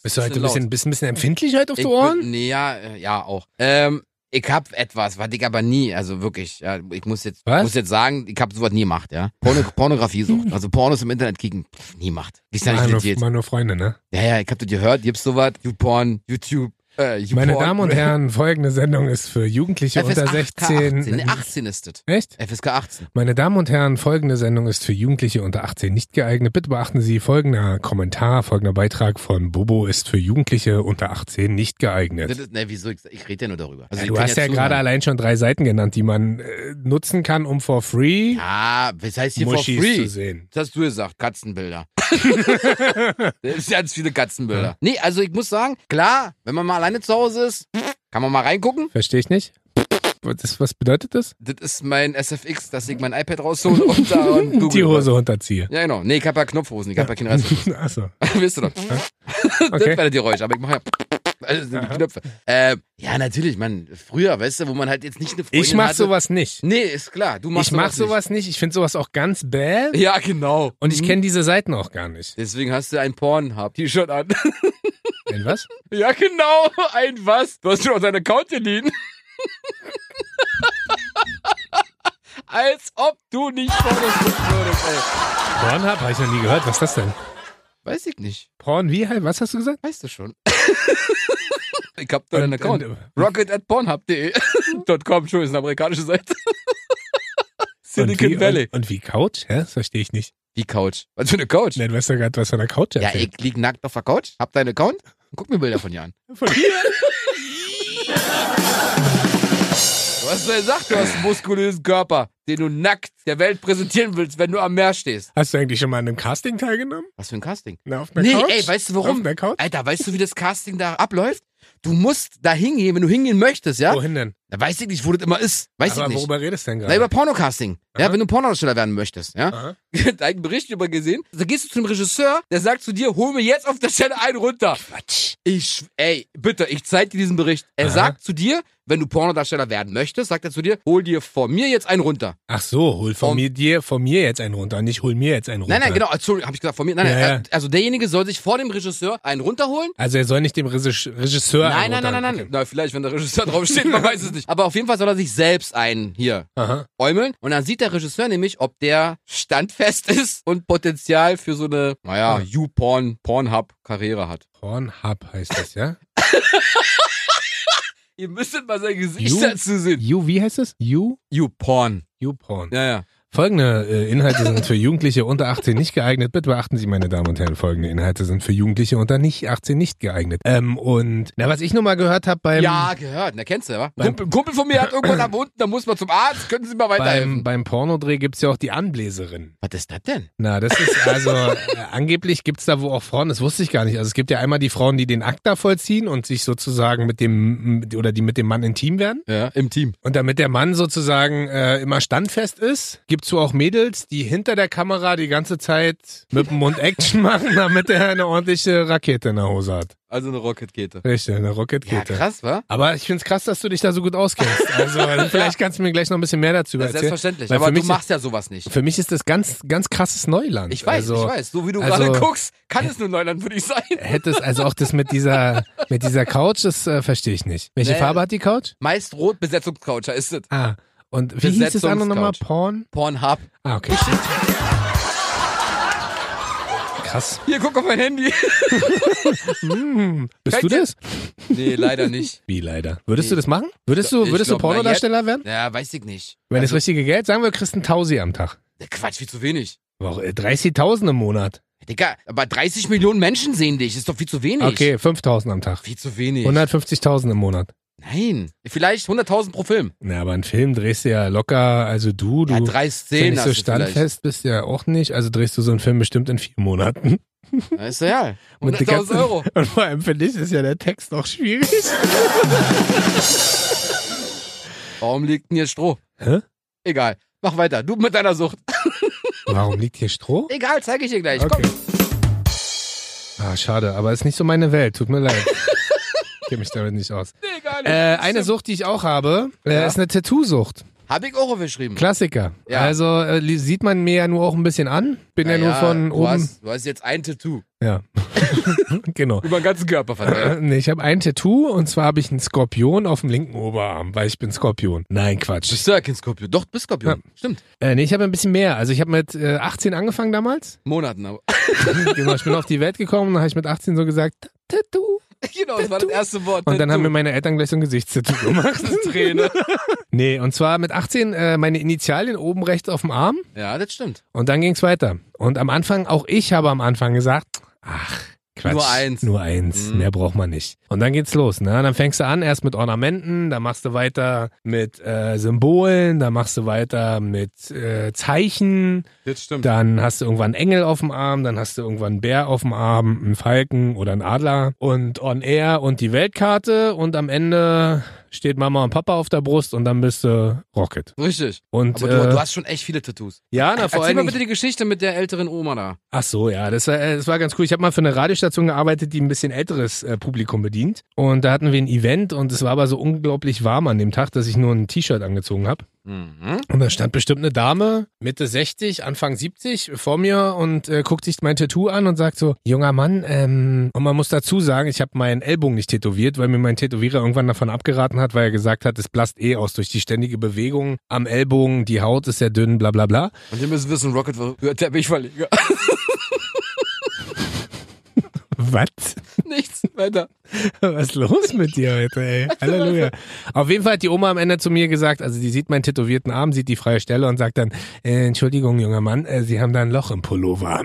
S1: Bist du heute ein
S2: laut.
S1: bisschen, bist ein bisschen empfindlich heute auf die
S2: Ich
S1: Ohren?
S2: bin- Nee, ja, äh, ja, auch. Ähm, ich hab etwas, was ich aber nie, also wirklich, ja, ich muss jetzt,
S1: Was?
S2: muss jetzt sagen, ich hab sowas nie gemacht, ja. Porno, Pornografiesucht, also Pornos im Internet kicken, pff, nie gemacht. Ist ja nicht
S1: Meine,
S2: legit.
S1: meine Freunde, ne?
S2: Ja, ja, ich hab das gehört, gibt's sowas, YouPorn, YouTube, äh, YouPorn.
S1: Meine Damen und Herren, folgende Sendung ist für Jugendliche
S2: FSK
S1: unter 16.
S2: 18, nee, 18 ist das.
S1: Echt?
S2: FSK 18.
S1: Meine Damen und Herren, folgende Sendung ist für Jugendliche unter 18 nicht geeignet. Bitte beachten Sie, folgender Kommentar, folgender Beitrag von Bobo ist für Jugendliche unter 18 nicht
S2: Das
S1: geeignet.
S2: ist, ne, wieso? Ich, ich rede ja nur darüber. Also, ich
S1: du
S2: kann
S1: hast ja gerade
S2: zuhören.
S1: allein schon drei Seiten genannt, die man äh, nutzen kann, um for free
S2: Ja, Ah, was heißt hier
S1: Muschis
S2: for free?
S1: zu sehen.
S2: Das hast du gesagt, Katzenbilder. das sind ganz viele Katzenbilder. Nee, also ich muss sagen, klar, wenn man mal alleine zu Hause ist, kann man mal reingucken.
S1: Verstehe ich nicht. Das, was bedeutet das?
S2: Das ist mein SFX, dass ich mein iPad raushole und da und Google.
S1: Die Hose runterziehe.
S2: Ja, genau. Nee, ich hab ja Knopfhosen, ich hab ja keine Rest.
S1: Achso,
S2: Wisst du doch. Das
S1: okay.
S2: wäre die Geräusche, aber ich mache ja. Also das sind die Knöpfe. Äh, ja, natürlich, man. Früher, weißt du, wo man halt jetzt nicht eine Freundin
S1: Ich mach
S2: hatte.
S1: sowas nicht.
S2: Nee, ist klar. Du machst
S1: Ich mach
S2: nicht.
S1: sowas nicht. Ich finde sowas auch ganz bad.
S2: Ja, genau.
S1: Und ich
S2: Mhm.
S1: kenne diese Seiten auch gar nicht.
S2: Deswegen hast du ein Pornhub-T-Shirt an.
S1: Ein was?
S2: Ja, genau. Ein was? Du hast schon auf seinen Account geliehen. Als ob du nicht Pornos gucken würdest, ey.
S1: Pornhub habe ich noch nie gehört. Was ist das denn?
S2: Weiß ich nicht.
S1: Porn wie halt? Was hast du gesagt?
S2: Weißt du schon. äh, ich hab da einen
S1: Und-
S2: Account.
S1: und-
S2: Rocket at pornhub.de. .com, schon ist eine amerikanische Seite.
S1: und
S2: Silicon
S1: wie,
S2: Valley.
S1: Und, und wie Couch? Hä? Das verstehe ich nicht.
S2: Die Couch. Was für eine Couch?
S1: Nein, du hast ja gerade was von der Couch
S2: ja,
S1: erzählt.
S2: ich lieg nackt auf der Couch, hab deinen Account und guck mir Bilder von dir an.
S1: Von hier?
S2: Du hast doch gesagt, du hast einen muskulösen Körper, den du nackt der Welt präsentieren willst, wenn du am Meer stehst.
S1: Hast du eigentlich schon mal an einem Casting teilgenommen?
S2: Was für ein Casting.
S1: Na, auf einer
S2: Nee,
S1: Couch?
S2: ey, weißt du
S1: Auf
S2: warum?
S1: einer Couch?
S2: Alter, weißt du, wie das Casting da abläuft? Du musst da hingehen, wenn du hingehen möchtest, ja?
S1: Wohin denn?
S2: Da weiß ich nicht, wo das immer ist. Weiß
S1: Aber
S2: ich nicht.
S1: worüber redest du denn
S2: Na,
S1: gerade?
S2: über Pornocasting. Ja, wenn du Pornodarsteller werden möchtest, ja?
S1: Aha.
S2: Da hab ich einen Bericht über gesehen. Da gehst du zu dem Regisseur, der sagt zu dir, hol mir jetzt auf der Stelle einen runter.
S1: Quatsch.
S2: Ich, schw- ey, bitte, ich zeig dir diesen Bericht. Er
S1: Aha.
S2: sagt zu dir, wenn du Pornodarsteller werden möchtest, sagt er zu dir, hol dir vor mir jetzt einen runter.
S1: Ach so, hol von
S2: Um-
S1: mir dir, von mir jetzt einen runter, nicht hol mir jetzt einen runter.
S2: Nein, nein, genau, sorry, hab ich gesagt, vor mir. Nein,
S1: Ja,
S2: nein,
S1: ja.
S2: also derjenige soll sich vor dem Regisseur einen runterholen
S1: Also er soll nicht dem Regis- Regisseur einen
S2: Nein, nein, nein, nein,
S1: runter-
S2: nein. Na, vielleicht, wenn der Regisseur draufsteht, man weiß es nicht. Aber auf jeden Fall soll er sich selbst einen hier
S1: Aha.
S2: äumeln. Und dann sieht der Regisseur nämlich, ob der standfest ist und Potenzial für so eine, naja,
S1: Ja.
S2: YouPorn, Pornhub-Karriere hat.
S1: Pornhub heißt das, ja?
S2: Ihr müsstet mal sein Gesicht
S1: You-
S2: dazu sehen.
S1: you, wie heißt es? You?
S2: YouPorn.
S1: You Porn.
S2: Ja, ja.
S1: Folgende äh, Inhalte sind für Jugendliche unter 18 nicht geeignet. Bitte beachten Sie, meine Damen und Herren, folgende Inhalte sind für Jugendliche unter nicht 18 nicht geeignet. Ähm, und na, was ich nur mal gehört habe beim,
S2: ja, gehört. Na, kennst du, wa?
S1: beim-
S2: Kumpel, Kumpel von mir hat irgendwann am unten, da muss man zum Arzt. Können Sie mal
S1: beim,
S2: weiterhelfen?
S1: beim Pornodreh gibt's ja auch die Anbläserin.
S2: Was ist das denn?
S1: Na, das ist also, äh, angeblich gibt's da wo auch Frauen, das wusste ich gar nicht. Also es gibt ja einmal die Frauen, die den Akt da vollziehen und sich sozusagen mit dem, mit- oder die mit dem Mann intim werden.
S2: Ja, im Team.
S1: Und damit der Mann sozusagen äh, immer standfest ist, Gibt's so auch Mädels, die hinter der Kamera die ganze Zeit mit dem Mund Action machen, damit er eine ordentliche Rakete in der Hose hat.
S2: Also eine Rocketkete.
S1: Richtig, eine
S2: Ja,
S1: Rocketkete.
S2: krass, wa?
S1: aber ich find's krass, dass du dich da so gut auskennst. Also vielleicht kannst du mir gleich noch ein bisschen mehr dazu
S2: Das ist
S1: erzählen.
S2: selbstverständlich.
S1: Weil für
S2: Aber du
S1: mich-
S2: machst ja sowas nicht.
S1: Für mich ist das ganz, ganz krasses Neuland.
S2: Ich weiß,
S1: also,
S2: ich weiß. So wie du
S1: also-
S2: gerade guckst, kann es nur Neuland für dich sein.
S1: Hättest, also auch das mit dieser, mit dieser Couch, das äh, verstehe ich nicht. Welche
S2: Nee.
S1: Farbe hat die Couch?
S2: Meist rot Besetzungscoucher ist es.
S1: Ah, und wie hieß das andere nochmal?
S2: Besetzungscouch.
S1: Porn?
S2: Pornhub.
S1: Ah, okay. Krass.
S2: Hier, guck auf mein Handy.
S1: Hm, bist du
S2: Kein
S1: das?
S2: Nee, leider nicht.
S1: Wie leider. Würdest du das machen? Würdest du,
S2: Ich
S1: würdest du
S2: glaub, na, Also-
S1: Pornodarsteller werden?
S2: Ja, weiß ich nicht. Ne,
S1: Wenn das richtige Geld, sagen wir, kriegst einen Tausi am Tag.
S2: Quatsch, viel zu wenig.
S1: Wow, äh, 30.000 im Monat.
S2: Digga, aber 30 Millionen Menschen sehen dich. Ist doch viel zu wenig.
S1: Okay, 5.000 am Tag.
S2: Viel zu wenig.
S1: 150.000 im Monat.
S2: Nein. Vielleicht 100.000 pro Film.
S1: Na, aber einen Film drehst du ja locker, also du, du,
S2: Ja, drei
S1: wenn
S2: Szenen
S1: du
S2: hast
S1: so
S2: du vielleicht.
S1: standfest bist, ja auch nicht. Also drehst du so einen Film bestimmt in vier Monaten.
S2: Ja, Ist ja.
S1: Mit der
S2: 100.000
S1: ganzen-
S2: Euro.
S1: Und vor allem für dich ist ja der Text auch schwierig.
S2: Warum liegt denn hier Stroh?
S1: Hä?
S2: Egal. Mach weiter. Du mit deiner Sucht.
S1: Warum liegt hier Stroh?
S2: Egal, zeige ich dir gleich.
S1: Okay.
S2: Komm.
S1: Ah, schade, aber ist nicht so meine Welt. Tut mir leid. Ich kenne mich damit nicht aus.
S2: Nee, gar nicht.
S1: Äh, eine Sucht, die ich auch habe, äh,
S2: Ja?
S1: ist eine Tattoo-Sucht.
S2: Hab ich auch aufgeschrieben.
S1: Klassiker.
S2: Ja.
S1: Also äh, li- sieht man mir ja nur auch ein bisschen an. Bin ja,
S2: Na
S1: nur von
S2: du
S1: oben.
S2: Hast, du hast jetzt ein Tattoo.
S1: Ja. genau.
S2: Über den ganzen Körper verteilt.
S1: Äh, Nee, ich habe ein Tattoo und zwar habe ich einen Skorpion auf dem linken Oberarm, weil ich bin Skorpion. Nein, Quatsch.
S2: Bist du ja kein Skorpion? Doch, du bist Skorpion. Stimmt.
S1: Äh, nee, ich habe ein bisschen mehr. Also ich habe mit äh, 18 angefangen damals.
S2: Monaten aber.
S1: genau, ich bin auf die Welt gekommen und dann habe ich mit 18 so gesagt, "T- Tattoo.
S2: genau, das war das
S1: Tattoo.
S2: erste Wort.
S1: Und dann haben mir meine Eltern gleich so ein Gesichtstattoo gemacht.
S2: Träne.
S1: nee, und zwar mit 18 äh, meine Initialien oben rechts auf dem Arm
S2: Ja, das stimmt.
S1: und dann ging es weiter. Und am Anfang, auch ich habe am Anfang gesagt, ach, Quatsch.
S2: Nur eins.
S1: Nur eins,
S2: Mhm.
S1: mehr braucht man nicht. Und dann geht's los, ne? Dann fängst du an, erst mit Ornamenten, dann machst du weiter mit äh, Symbolen, dann machst du weiter mit äh, Zeichen,
S2: Das stimmt.
S1: dann hast du irgendwann einen Engel auf dem Arm, dann hast du irgendwann einen Bär auf dem Arm, einen Falken oder einen Adler und On Air und die Weltkarte und am Ende steht Mama und Papa auf der Brust und dann bist du Rocket.
S2: Richtig.
S1: Und
S2: Aber du,
S1: äh,
S2: du hast schon echt viele Tattoos.
S1: ja, na, vor
S2: Erzähl
S1: allen
S2: mal
S1: Dingen,
S2: bitte die Geschichte mit der älteren Oma da.
S1: ach so, ja, das, war- äh, das war ganz cool. Ich habe mal für eine Radiostation gearbeitet, die ein bisschen älteres äh, Publikum bedient und da hatten wir ein Event und es war aber so unglaublich warm an dem Tag, dass ich nur ein T-Shirt angezogen habe.
S2: Mhm.
S1: Und da stand bestimmt eine Dame, Mitte 60, Anfang 70, vor mir und äh, guckt sich mein Tattoo an und sagt so, junger Mann, ähm, und man muss dazu sagen, ich habe meinen Ellbogen nicht tätowiert, weil mir mein Tätowierer irgendwann davon abgeraten hat, weil er gesagt hat, es blast eh aus durch die ständige Bewegung am Ellbogen, die Haut ist sehr dünn, bla bla bla.
S2: Und ihr müsst wissen, Rocket war Teppichverleger.
S1: Was?
S2: Nichts weiter.
S1: Was ist los mit dir heute, ey? Halleluja. Auf jeden Fall hat die Oma am Ende zu mir gesagt, also die sieht meinen tätowierten Arm, sieht die freie Stelle und sagt dann, äh, Entschuldigung, junger Mann, äh, Sie haben da ein Loch im Pullover.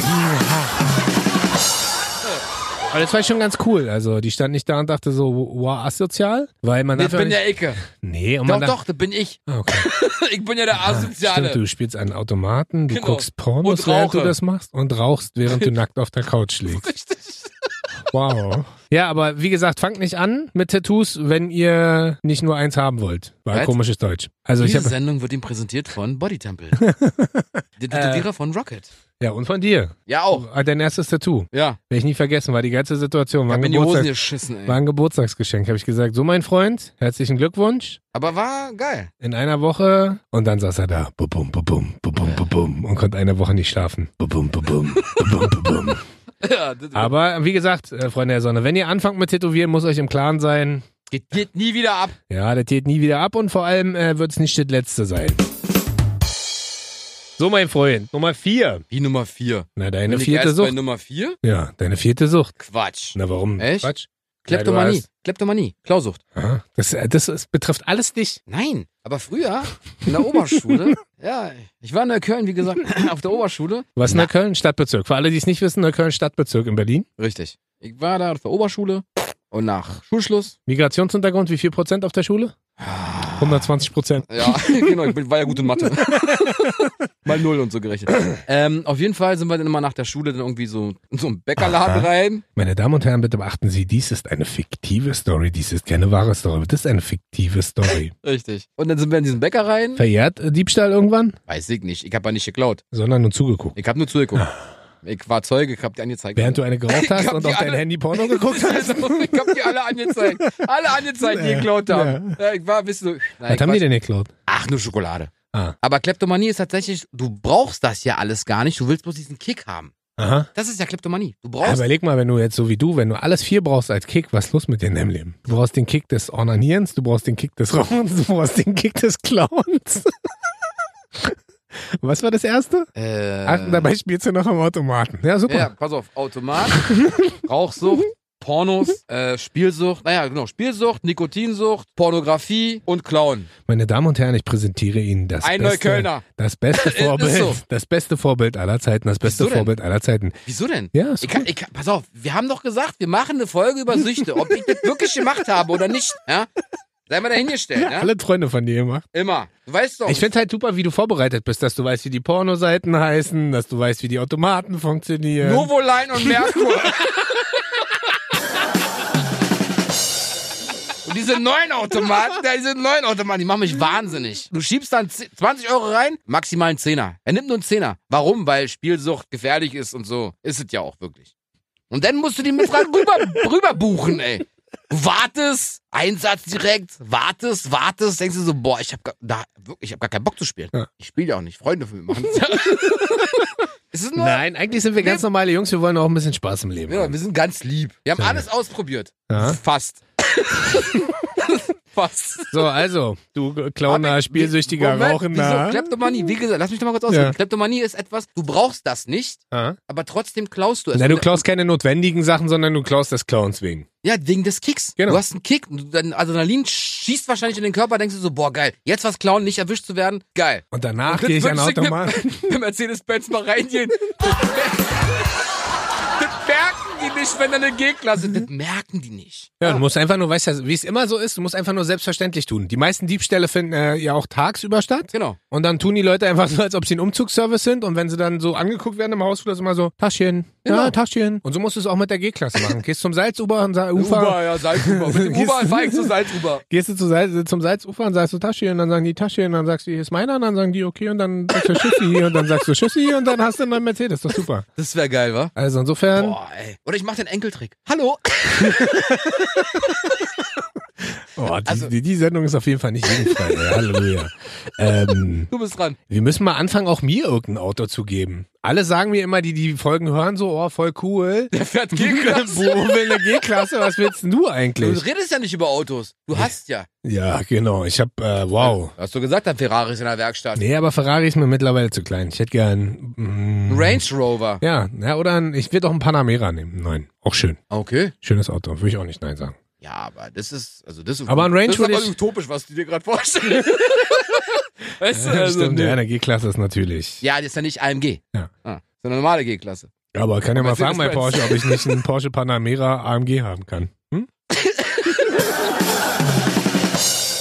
S1: Aber das war schon ganz cool. Also die stand nicht da und dachte so, wow, asozial, weil man
S2: Das
S1: darf ja
S2: bin
S1: nicht,
S2: der Ecke.
S1: Nee, und
S2: Doch,
S1: man darf,
S2: doch, das bin ich.
S1: Ah, Okay.
S2: Ich bin ja der
S1: Stimmt,
S2: Asoziale.
S1: du spielst einen Automaten, du
S2: Genau.
S1: guckst Pornos,
S2: Und
S1: während du
S2: rauche.
S1: das machst und rauchst, während du nackt auf der Couch liegst.
S2: Richtig.
S1: Wow. Ja, aber wie gesagt, fangt nicht an mit Tattoos, wenn ihr nicht nur eins haben wollt. War
S2: Was?
S1: komisches Deutsch. Also ich
S2: Diese
S1: habe
S2: Sendung wird ihm präsentiert von Body Temple. Der Tätowierer von Rocket.
S1: ja und von dir.
S2: Ja, auch.
S1: Ah, Dein erstes Tattoo,
S2: Ja.
S1: werde ich nie vergessen, war die ganze Situation.
S2: Ich
S1: War
S2: hab
S1: ein,
S2: mir in die Hosen
S1: Geburtstag,
S2: geschissen, ey.
S1: war ein Geburtstagsgeschenk, habe ich gesagt. So mein Freund, herzlichen Glückwunsch.
S2: Aber war geil.
S1: In einer Woche und dann saß er da, bum bum bum bum bum und konnte eine Woche nicht schlafen. Bum bum bum bum bum.
S2: Ja, das
S1: Aber wie gesagt, äh, Freunde der Sonne, wenn ihr anfangt mit Tätowieren, muss euch im Klaren sein,
S2: geht, geht nie wieder ab.
S1: Ja, das geht nie wieder ab und vor allem äh, wird es nicht das letzte sein. So, mein Freund, Nummer vier.
S2: Wie Nummer 4.
S1: Na, deine
S2: bin ich
S1: vierte
S2: erst bei
S1: Sucht.
S2: Nummer 4?
S1: Ja, deine vierte Sucht.
S2: Quatsch.
S1: Na, warum?
S2: Echt?
S1: Quatsch. Ja, du
S2: Kleptomanie.
S1: hast-
S2: Kleptomanie. Klausucht.
S1: Aha. Das, äh, das ist, betrifft alles dich.
S2: Nein, aber früher in der Oberschule, ja, ich war in Neukölln, wie gesagt, auf der Oberschule.
S1: Was ist
S2: Na.
S1: Neukölln? Stadtbezirk. Für alle, die es nicht wissen, Neukölln Stadtbezirk in Berlin.
S2: Richtig. Ich war da auf der Oberschule und nach Schulschluss.
S1: Migrationshintergrund, wie viel Prozent auf der Schule? 120 Prozent.
S2: Ja, genau, ich bin, war ja gut in Mathe. Mal null und so gerechnet. Ähm, auf jeden Fall sind wir dann immer nach der Schule dann irgendwie so in so einen Bäckerladen
S1: Aha.
S2: rein.
S1: Meine Damen und Herren, bitte beachten Sie, dies ist eine fiktive Story. Dies ist keine wahre Story. Das ist eine fiktive Story.
S2: Richtig. Und dann sind wir in diesen Bäcker rein.
S1: Verjährt äh, Diebstahl irgendwann?
S2: Weiß ich nicht, ich habe ja nicht geklaut.
S1: Sondern nur zugeguckt.
S2: Ich habe nur zugeguckt. Ich war Zeuge, ich habe die angezeigt.
S1: Während du eine geraucht
S2: Ich
S1: hast
S2: hab
S1: und
S2: die
S1: auf dein
S2: alle-
S1: Handy Porno geguckt hast?
S2: Also, ich habe die alle angezeigt. Alle angezeigt, die
S1: Ja,
S2: geklaut haben. Ja. Ich war ein bisschen so. Nein,
S1: Was haben die
S2: Quatsch.
S1: denn geklaut?
S2: Ach, nur Schokolade.
S1: Ah.
S2: Aber Kleptomanie ist tatsächlich, du brauchst das ja alles gar nicht, du willst bloß diesen Kick haben.
S1: Aha.
S2: Das ist ja Kleptomanie. Du
S1: Ja,
S2: brauchst.
S1: überleg mal, wenn du jetzt so wie du, wenn du alles vier brauchst als Kick, was ist los mit dir in deinem Leben? Du brauchst den Kick des Ornanierens, du brauchst den Kick des Rauchens, du brauchst den Kick des Clowns. Was war das erste?
S2: äh,
S1: Ach, dabei spielst du noch am Automaten. Ja, super.
S2: ja, pass auf, Automat, Rauchsucht, Pornos, äh, Spielsucht, naja, genau, Spielsucht, Nikotinsucht, Pornografie und Clown.
S1: Meine Damen und Herren, ich präsentiere Ihnen das
S2: Ein
S1: beste,
S2: Neuköllner.
S1: das beste
S2: Ist
S1: Vorbild,
S2: so.
S1: das beste Vorbild aller Zeiten, das beste
S2: Wieso denn?
S1: Vorbild aller Zeiten.
S2: Wieso denn?
S1: Ja, ist
S2: Ich kann,
S1: gut.
S2: ich kann, pass auf, wir haben doch gesagt, wir machen eine Folge über Süchte, ob ich das wirklich gemacht habe oder nicht. Ja? Sei mal dahingestellt, ja?
S1: Alle Freunde von dir gemacht.
S2: Immer. Du weißt doch.
S1: Ich finde halt super, wie du vorbereitet bist, dass du weißt, wie die Pornoseiten heißen, dass du weißt, wie die Automaten funktionieren.
S2: Novoline und Merkur. Und diese neuen Automaten, ja, diese neuen Automaten, die machen mich wahnsinnig. Du schiebst dann 10 20 Euro rein, maximal einen Zehner. Er nimmt nur einen Zehner. Warum? Weil Spielsucht gefährlich ist und so. Ist es ja auch wirklich. Und dann musst du die mit dran rüber, rüber buchen, ey. Du wartest, Einsatz direkt, wartest, wartest, denkst du so, boah, ich hab, gar- da, wirklich, ich hab gar keinen Bock zu spielen.
S1: Ja.
S2: Ich spiele ja auch nicht, Freunde von mir machen. es ist nur
S1: Nein, eigentlich sind wir ganz normale Jungs, wir wollen auch ein bisschen Spaß im Leben
S2: ja,
S1: haben.
S2: wir sind ganz lieb. Wir haben alles ausprobiert.
S1: Ja.
S2: Fast. Fast.
S1: So, also, du Clowner,
S2: Aber ich-
S1: Spielsüchtiger,
S2: Moment,
S1: Rauchender.
S2: Wieso? Kleptomanie, wie gesagt, lass mich doch mal kurz ausreden.
S1: Ja.
S2: Kleptomanie ist etwas, du brauchst das nicht,
S1: Ja.
S2: aber trotzdem klaust du es.
S1: Na, du klaust keine notwendigen Sachen, sondern du klaust des Clowns wegen.
S2: ja, wegen des Kicks.
S1: Genau.
S2: Du hast einen Kick, und dein Adrenalin schießt wahrscheinlich in den Körper, denkst du so, boah, geil, jetzt was klauen, nicht erwischt zu werden, geil.
S1: Und danach
S2: Das
S1: gehe ich an
S2: würdest du mit-
S1: Automaten.
S2: Wenn Mercedes-Benz mal reingehen. Das merken die nicht, wenn da eine G-Klasse sind. Das merken die nicht.
S1: Ja, du musst einfach nur, weißt du, wie es immer so ist, du musst einfach nur selbstverständlich tun. Die meisten Diebstähle finden äh, ja auch tagsüber statt.
S2: Genau.
S1: Und dann tun die Leute einfach so, als ob sie ein Umzugsservice sind. Und wenn sie dann so angeguckt werden im Hausflur, ist immer so, Taschen, ja,
S2: Genau.
S1: Taschen. Und so musst du es auch mit der G-Klasse machen. Gehst zum Salzufer und sagst, Ufer.
S2: Uber, ja, Salzuber. Mit dem
S1: Gehst-
S2: Uber fahre ich zu Salzuber.
S1: Gehst du zu Salz, zum Salzufer und sagst du Tasche und dann sagen die Tasche und dann sagst du, hier ist meiner und dann sagen die, okay, und dann sagst du Schüssi hier und dann sagst du Schüssi und dann hast du einen neuen Mercedes. Das ist super.
S2: Das wäre geil, wa?
S1: Also insofern,
S2: Boah, ey. Oder ich mache den Enkeltrick. Hallo.
S1: oh, die,
S2: also-
S1: die, die Sendung ist auf jeden Fall nicht jugendfrei. ey. Halleluja. ähm,
S2: Du bist dran.
S1: wir müssen mal anfangen, auch mir irgendein Auto zu geben. Alle sagen mir immer, die die Folgen hören, so, oh, voll cool.
S2: Der fährt
S1: Wo
S2: G-Klasse.
S1: will eine G-Klasse? Was willst denn du
S2: Du
S1: eigentlich?
S2: redest ja nicht über Autos. Du hast ja.
S1: Ja, genau. Ich hab, äh, wow.
S2: Hast du gesagt, dein Ferrari ist in der Werkstatt.
S1: Nee, aber Ferrari ist mir mittlerweile zu klein. Ich hätte gern. mm,
S2: Ein Range Rover.
S1: Ja, ja oder ein, ich würde auch einen Panamera nehmen. Nein, auch schön.
S2: Okay.
S1: Schönes Auto, würde ich auch nicht nein sagen.
S2: Ja, aber das ist, also das ist,
S1: Aber ein Range
S2: das ist
S1: würde
S2: aber
S1: ich-
S2: utopisch, was du dir gerade vorstellst. weißt du,
S1: Ja,
S2: also,
S1: Stimmt,
S2: nee.
S1: ja, eine G-Klasse ist natürlich.
S2: ja, das ist ja nicht AMG.
S1: Ja.
S2: Ah, das ist eine normale G-Klasse.
S1: Aber kann ja mal fragen bei
S2: Mercedes-Benz.
S1: Porsche, ob ich nicht einen Porsche Panamera AMG haben kann. Hm?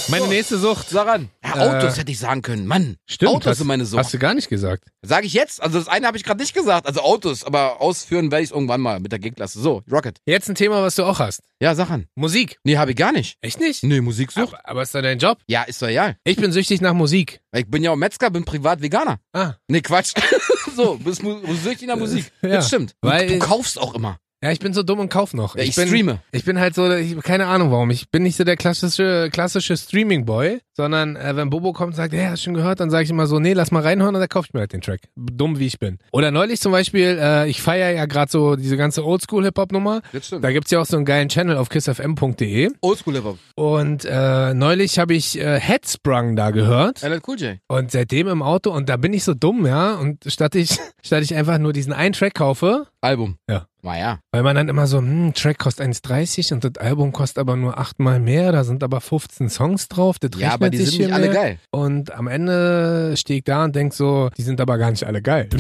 S1: Meine nächste Sucht.
S2: Sag an. Ja,
S1: Äh,
S2: Autos hätte ich sagen können. Mann.
S1: Stimmt,
S2: Autos
S1: hast,
S2: sind meine Sucht.
S1: hast du gar nicht gesagt.
S2: Sage ich jetzt? Also das eine habe ich gerade nicht gesagt. Also Autos, aber ausführen werde ich es irgendwann mal mit der G-Klasse. So, Rocket.
S1: Jetzt ein Thema, was du auch hast.
S2: Ja, sag an.
S1: Musik.
S2: Nee, habe ich gar nicht.
S1: Echt nicht?
S2: Nee, Musiksucht.
S1: Aber, aber ist da dein Job?
S2: Ja, ist doch egal.
S1: Ich bin süchtig nach Musik.
S2: Ich bin ja auch Metzger, bin privat Veganer.
S1: Ah,
S2: Nee, Quatsch. so, bist mu süchtig in der Musik.
S1: Ja.
S2: Das stimmt. Du,
S1: Weil-
S2: du kaufst auch immer.
S1: ja, ich bin so dumm und kauf noch.
S2: Ja, ich
S1: bin,
S2: streame.
S1: Ich bin halt so, ich, keine Ahnung warum. Ich bin nicht so der klassische, klassische Streaming-Boy, sondern äh, wenn Bobo kommt und sagt, hey, hast schon gehört, dann sage ich immer so, nee, lass mal reinhören und dann kaufe ich mir halt den Track. Dumm wie ich bin. Oder neulich zum Beispiel, äh, ich feiere ja gerade so diese ganze Oldschool-Hip-Hop-Nummer.
S2: Das stimmt.
S1: Da gibt's ja auch so einen geilen Channel auf kissfm.de.
S2: Oldschool Hip-Hop.
S1: Und äh, neulich habe ich äh, Headsprung da gehört.
S2: LL Cool J.
S1: Und seitdem im Auto, und da bin ich so dumm, ja. Und statt ich, statt ich einfach nur diesen einen Track kaufe,
S2: Album.
S1: Ja.
S2: Naja.
S1: weil man dann immer so, hm, Track kostet 1,30 und das Album kostet aber nur achtmal mehr, da sind aber 15 Songs drauf, das
S2: Ja, aber
S1: rechnet
S2: die
S1: sich
S2: sind nicht
S1: hier
S2: alle
S1: mehr.
S2: geil.
S1: Und am Ende stehe ich da und denk so, die sind aber gar nicht alle geil.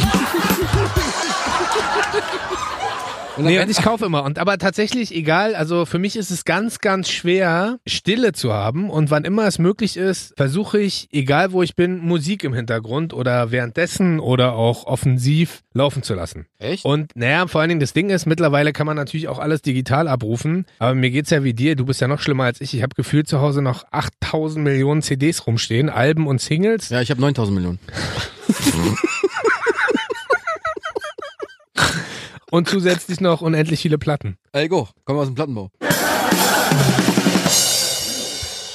S2: Und dann
S1: Nee,
S2: werd
S1: und ich kaufe immer. Und aber tatsächlich, egal, also für mich ist es ganz, ganz schwer, Stille zu haben. Und wann immer es möglich ist, versuche ich, egal wo ich bin, Musik im Hintergrund oder währenddessen oder auch offensiv laufen zu lassen.
S2: Echt?
S1: Und naja, vor allen Dingen das Ding ist, mittlerweile kann man natürlich auch alles digital abrufen. Aber mir geht's ja wie dir, du bist ja noch schlimmer als ich. Ich habe gefühlt zu Hause noch 8000 Millionen CDs rumstehen, Alben und Singles.
S2: ja, ich habe 9000 Millionen.
S1: Und zusätzlich noch unendlich viele Platten.
S2: Ey, go. Kommen wir aus dem Plattenbau.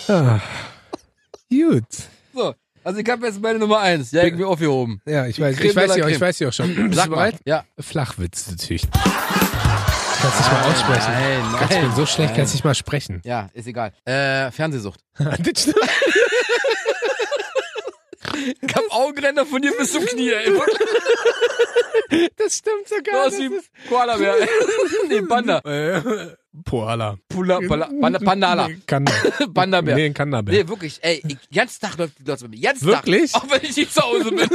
S1: Ah. Gut.
S2: So, also ich habe jetzt meine Nummer eins. Ja, irgendwie aufgehoben.
S1: Ja, ich weiß,
S2: Creme
S1: ich weiß
S2: de la
S1: ja, auch- ich
S2: Creme.
S1: weiß ja auch schon. Bist
S2: Sag
S1: du
S2: mal.
S1: bereit?
S2: Ja.
S1: Flachwitz natürlich. Kannst dich mal aussprechen.
S2: Nein, nein.
S1: Kannst, ich bin so schlecht,
S2: nein.
S1: kannst dich mal sprechen.
S2: Ja, ist egal. Äh, Fernsehsucht.
S1: Das stimmt.
S2: Ich hab Augenränder von dir bis zum Knie, ey.
S1: Das stimmt
S2: Du
S1: sogar.
S2: aus wie Koala Bär. nee, Panda.
S1: Poala.
S2: Pula, Pala, Panda, Pandala.
S1: Nee, Kanda.
S2: Panda Bär.
S1: Nee, ein Kandabär.
S2: Nee, wirklich, ey, ich, ganz Tag läuft die Glotze bei mir. Ganz
S1: Wirklich?
S2: Tag. Auch wenn ich nicht zu Hause bin.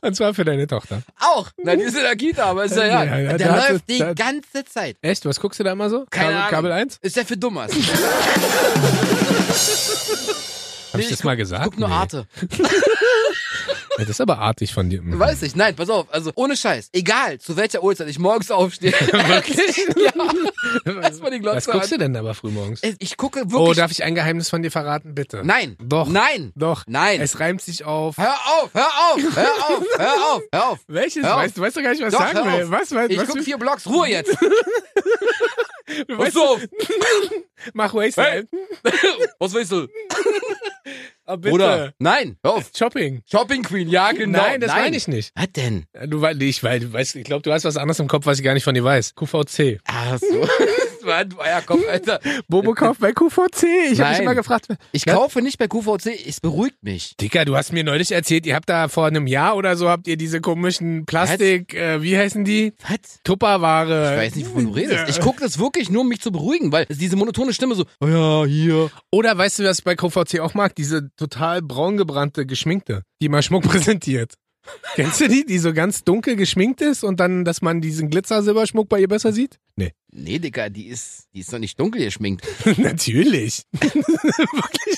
S1: Und zwar für deine Tochter.
S2: Auch. Na, die ist in der Kita, aber ist ja, ja.
S1: Ja, ja,
S2: der
S1: da hat
S2: läuft
S1: es-
S2: die
S1: da-
S2: ganze Zeit.
S1: Echt? Was guckst du da immer so?
S2: Keine
S1: Kabel,
S2: Ahnung.
S1: Kabel 1?
S2: Ist ja für Dummers.
S1: Hab
S2: Nee,
S1: ich das
S2: ich
S1: mal gesagt?
S2: Guck nur
S1: Nee.
S2: Arte.
S1: Ja, Das ist aber artig von dir.
S2: Weiß ich, nein, pass auf. Also, ohne Scheiß. Egal, zu welcher Uhrzeit ich morgens aufstehe. Wirklich? ja. Erstmal die Glotze
S1: Was guckst
S2: an.
S1: du denn aber frühmorgens?
S2: Ich gucke wirklich.
S1: Oh, darf ich ein Geheimnis von dir verraten, bitte?
S2: nein.
S1: Doch.
S2: Nein.
S1: Doch.
S2: Nein.
S1: Es reimt sich auf.
S2: Hör auf, hör auf, hör auf, hör auf, hör auf.
S1: Welches?
S2: Hör auf.
S1: Weißt, du weißt doch gar nicht, was
S2: Doch,
S1: ich sagen
S2: hör
S1: will.
S2: auf.
S1: Was, was,
S2: Ich
S1: was
S2: guck
S1: du-
S2: vier Blocks, Ruhe jetzt.
S1: du
S2: Was
S1: weißt,
S2: auf?
S1: Mach Wasteland.
S2: Was willst du?
S1: Oh, bitte.
S2: Bruder. Nein, hör auf.
S1: Shopping.
S2: Shopping Queen, ja genau.
S1: Nein, das meine ich nicht.
S2: Was denn?
S1: Du, wei- nee, ich, wei- du weißt, ich glaube, du hast was anderes im Kopf, was ich gar nicht von dir weiß. QVC.
S2: Ach so. Das war ein Eierkopf, Alter.
S1: Bobo kauft bei QVC. Ich habe mich
S2: Nein.
S1: immer gefragt.
S2: Ich
S1: Ja.
S2: kaufe nicht bei QVC, es beruhigt mich.
S1: Dicker, du hast mir neulich erzählt, ihr habt da vor einem Jahr oder so, habt ihr diese komischen Plastik, äh, wie heißen die?
S2: Was?
S1: Tupperware.
S2: Ich weiß nicht, wovon du
S1: Ja.
S2: redest. Ich gucke das wirklich nur, um mich zu beruhigen, weil diese monotone Stimme so, oh ja, hier.
S1: Oder weißt du, was ich bei QVC auch mag? Diese total braungebrannte, geschminkte, die mal Schmuck präsentiert. Kennst du die, die so ganz dunkel geschminkt ist und dann, dass man diesen Glitzer-Silberschmuck bei ihr besser sieht? Nee.
S2: Nee, Digga, die ist, die ist noch nicht dunkel geschminkt.
S1: Natürlich. Wirklich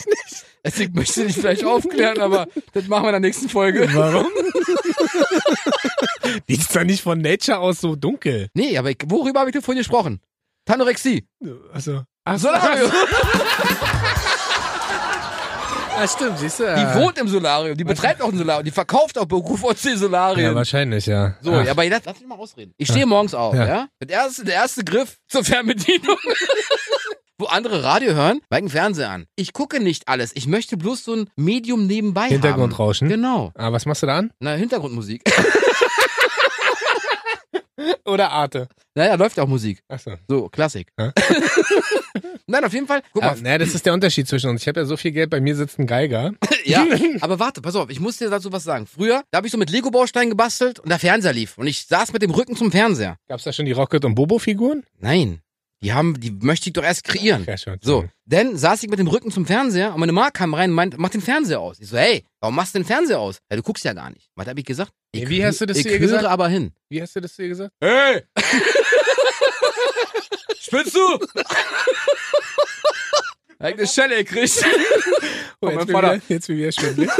S1: nicht.
S2: Also, ich möchte dich vielleicht aufklären, aber das machen wir in der nächsten Folge.
S1: Warum? die ist doch nicht von Nature aus so dunkel.
S2: Nee, aber ich, worüber habe ich denn vorhin gesprochen? Tanorexie.
S1: Also. Ach so,
S2: Solarium.
S1: Ah, stimmt, siehst du.
S2: Die wohnt im Solarium, die betreibt auch ein Solarium, die verkauft auch bei QVC
S1: Ja,
S2: Solarium.
S1: wahrscheinlich, ja.
S2: So,
S1: Ach,
S2: ja, aber jetzt, lass mich mal ausreden. Ich stehe morgens auf,
S1: Ja.
S2: ja? Der, erste, der erste Griff zur Fernbedienung. Wo andere Radio hören, mach ich den Fernseher an. Ich gucke nicht alles. Ich möchte bloß so ein Medium nebenbei haben.
S1: Hintergrundrauschen.
S2: Genau.
S1: Ah, was machst du da an?
S2: Na, Hintergrundmusik.
S1: Oder Arte?
S2: Naja, läuft auch Musik.
S1: Achso.
S2: So, Klassik.
S1: Ja.
S2: Nein, auf jeden Fall. Guck
S1: Ah,
S2: mal.
S1: naja, das ist der Unterschied zwischen uns. Ich habe ja so viel Geld, bei mir sitzt ein Geiger.
S2: Ja, aber warte, pass auf, ich muss dir dazu was sagen. Früher, da habe ich so mit Lego-Bausteinen gebastelt und der Fernseher lief. Und ich saß mit dem Rücken zum Fernseher.
S1: Gab's da schon die Rocket- und Bobo-Figuren?
S2: Nein, die haben, die möchte ich doch erst kreieren.
S1: Ja, schon.
S2: So, dann saß ich mit dem Rücken zum Fernseher und meine Mama kam rein und meint, mach den Fernseher aus. Ich so, hey, warum machst du den Fernseher aus? Ja, du guckst ja gar nicht. Was hab ich gesagt?
S1: Hey,
S2: Ich
S1: wie
S2: hö-
S1: hast du das
S2: ich
S1: zu ihr
S2: höre
S1: gesagt?
S2: aber hin.
S1: Wie hast du das dir gesagt?
S2: Hey! Spinnst du? Hab ich eine Schelle gekriegt.
S1: Oh,
S2: mein
S1: jetzt, bin
S2: Vater.
S1: wieder, jetzt bin wieder schwindelig.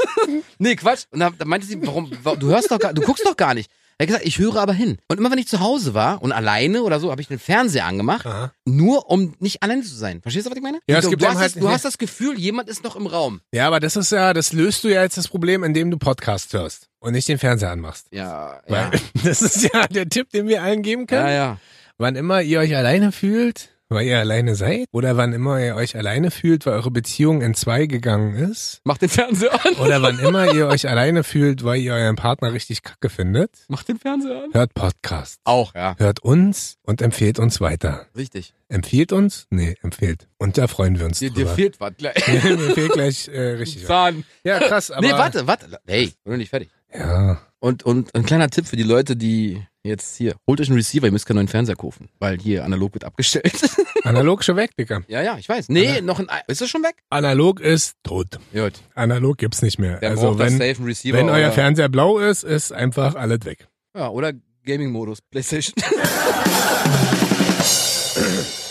S2: Nee, Quatsch. Und da, da meinte sie, warum, wa- du hörst doch gar, du guckst doch gar nicht. Er hat gesagt, ich höre aber hin. Und immer wenn ich zu Hause war und alleine oder so, habe ich den Fernseher angemacht,
S1: Aha.
S2: nur um nicht alleine zu sein. Verstehst du, was ich meine?
S1: Ja, es
S2: du,
S1: gibt
S2: du,
S1: einem
S2: hast,
S1: halt-
S2: das- du hast das Gefühl, jemand ist noch im Raum.
S1: Ja, aber das ist ja, das löst du ja jetzt das Problem, indem du Podcast hörst und nicht den Fernseher anmachst.
S2: Ja, ja.
S1: Weil das ist ja der Tipp, den wir allen geben können.
S2: Ja, ja.
S1: Wann immer ihr euch alleine fühlt, weil ihr alleine seid, oder wann immer ihr euch alleine fühlt, weil eure Beziehung in zwei gegangen ist,
S2: Mach den Fernseher an.
S1: oder wann immer ihr euch alleine fühlt, weil ihr euren Partner richtig kacke findet,
S2: Mach den Fernseher an.
S1: hört Podcasts.
S2: Auch, ja.
S1: Hört uns und empfehlt uns weiter.
S2: Richtig.
S1: Empfiehlt uns? Nee, empfehlt. Und da freuen wir uns
S2: Dir, dir
S1: drüber.
S2: fehlt was gleich.
S1: Mir fehlt gleich äh, richtig. was.
S2: Zahn.
S1: Ja, krass, aber.
S2: Nee, warte, warte. Hey, ich bin noch nicht fertig.
S1: Ja.
S2: Und, und ein kleiner Tipp für die Leute, die jetzt hier, holt euch einen Receiver, ihr müsst keinen neuen Fernseher kaufen, weil hier analog wird abgestellt.
S1: Analog schon weg, Dicker.
S2: ja, ja, ich weiß. Nee, noch ein, Ei- ist das schon weg?
S1: Analog ist tot.
S2: Gut.
S1: Analog gibt's nicht mehr.
S2: Dann
S1: also
S2: braucht das
S1: wenn,
S2: safe einen Receiver.
S1: wenn euer
S2: oder,
S1: Fernseher blau ist, ist einfach alles weg.
S2: ja, oder Gaming-Modus, PlayStation.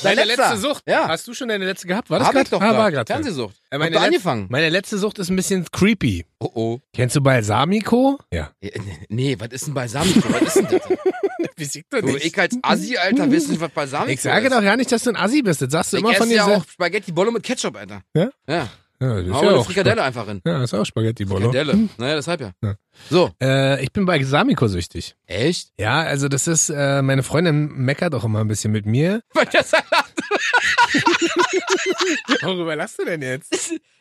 S1: Deine
S2: letzter.
S1: letzte Sucht.
S2: Ja.
S1: Hast du schon deine letzte gehabt? War das
S2: Hab
S1: grad?
S2: ich doch
S1: ah, war
S2: grad.
S1: grad. drin.
S2: Fernsehsucht.
S1: Äh,
S2: Hab
S1: meine
S2: doch
S1: Letz-
S2: angefangen.
S1: Meine letzte Sucht ist ein bisschen creepy.
S2: Oh oh.
S1: Kennst du Balsamico? Ja.
S2: Ja, Äh, Nee, was ist denn Balsamico? was ist denn das?
S1: Wie sieht das
S2: Du, ich als Assi, Alter, wissen nicht, was Balsamico
S1: Ich sage
S2: ist.
S1: doch gar nicht, dass du ein Assi bist. Das sagst du
S2: ich
S1: immer
S2: esse
S1: von dir
S2: ja auch
S1: selbst.
S2: Spaghetti Bolo mit Ketchup, Alter.
S1: Ja?
S2: Ja.
S1: Ja, das ist
S2: Hau eine
S1: auch
S2: Frikadelle einfach rein.
S1: Spa- Ja, das ist auch Spaghetti Bolo.
S2: Frikadelle. Naja, deshalb ja.
S1: Ja.
S2: So.
S1: Äh, ich bin Balsamico süchtig.
S2: Echt?
S1: Ja, also das ist, äh, meine Freundin meckert auch immer ein bisschen mit mir.
S2: Weil der Salat.
S1: Worüber lachst du denn jetzt?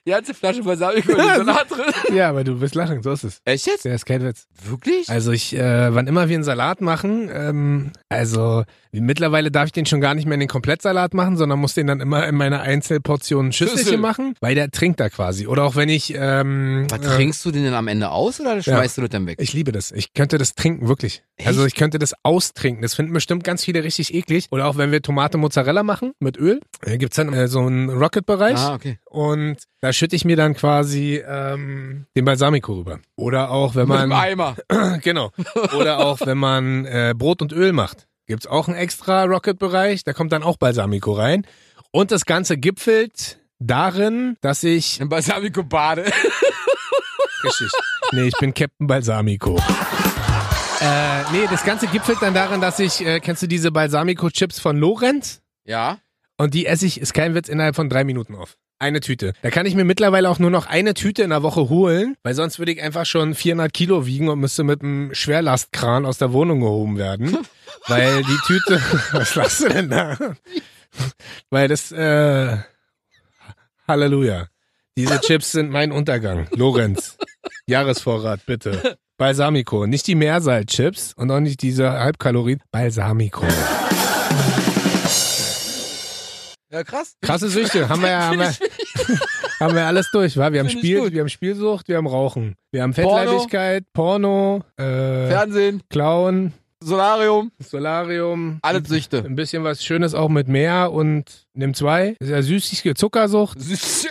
S2: Die ganze Flasche Balsamico und Salat drin.
S1: Ja, aber du wirst lachen, so ist es.
S2: Echt jetzt?
S1: Der ist kein Witz.
S2: Wirklich?
S1: Also ich, äh, wann immer wir einen Salat machen, ähm, also mittlerweile darf ich den schon gar nicht mehr in den Komplettsalat machen, sondern muss den dann immer in meine Einzelportionen Schüsselchen
S2: Schüssel.
S1: machen, weil der trinkt da quasi. Oder auch wenn ich, ähm,
S2: Was
S1: äh,
S2: trinkst du den denn am Ende aus oder schmeißt du das dann weg?
S1: ich liebe das. Ich könnte das trinken, wirklich.
S2: Echt?
S1: Also ich könnte das austrinken. Das finden bestimmt ganz viele richtig eklig. Oder auch wenn wir Tomate Mozzarella machen mit Öl, äh, gibt's dann äh, so einen Rocket-Bereich.
S2: Ah, okay.
S1: Und da schütte ich mir dann quasi ähm, den Balsamico rüber. Oder auch, wenn
S2: Mit dem
S1: man...
S2: Eimer.
S1: genau. Oder auch, wenn man äh, Brot und Öl macht. gibt's auch einen extra Rocket-Bereich. Da kommt dann auch Balsamico rein. Und das Ganze gipfelt darin, dass ich...
S2: Im Balsamico Bade.
S1: Richtig. Nee, ich bin Captain Balsamico. Äh, nee, das Ganze gipfelt dann darin, dass ich... Äh, kennst du diese Balsamico-Chips von Lorenz?
S2: Ja.
S1: Und die esse ich, ist kein Witz, innerhalb von drei Minuten auf. Eine Tüte. Da kann ich mir mittlerweile auch nur noch eine Tüte in der Woche holen, weil sonst würde ich einfach schon 400 Kilo wiegen und müsste mit einem Schwerlastkran aus der Wohnung gehoben werden. weil die Tüte... Was lachst du denn da? weil das... Äh, Halleluja. Diese Chips sind mein Untergang. Lorenz, Jahresvorrat bitte. Balsamico. Nicht die Meersalzchips und auch nicht diese Halbkalorien. Balsamico.
S2: Ja, krass.
S1: Krasse Süchte, haben wir ja, haben wir, haben wir alles durch, wa? Wir haben
S2: Find ich gut.
S1: Spiel, wir haben Spielsucht, wir haben Rauchen, wir haben
S2: Porno.
S1: Fettleibigkeit, Porno, äh,
S2: Fernsehen,
S1: Clown,
S2: Solarium,
S1: Solarium,
S2: alle Süchte.
S1: ein bisschen was Schönes auch mit Meer und nimm zwei. Ist ja süßige Zuckersucht.
S2: Süß.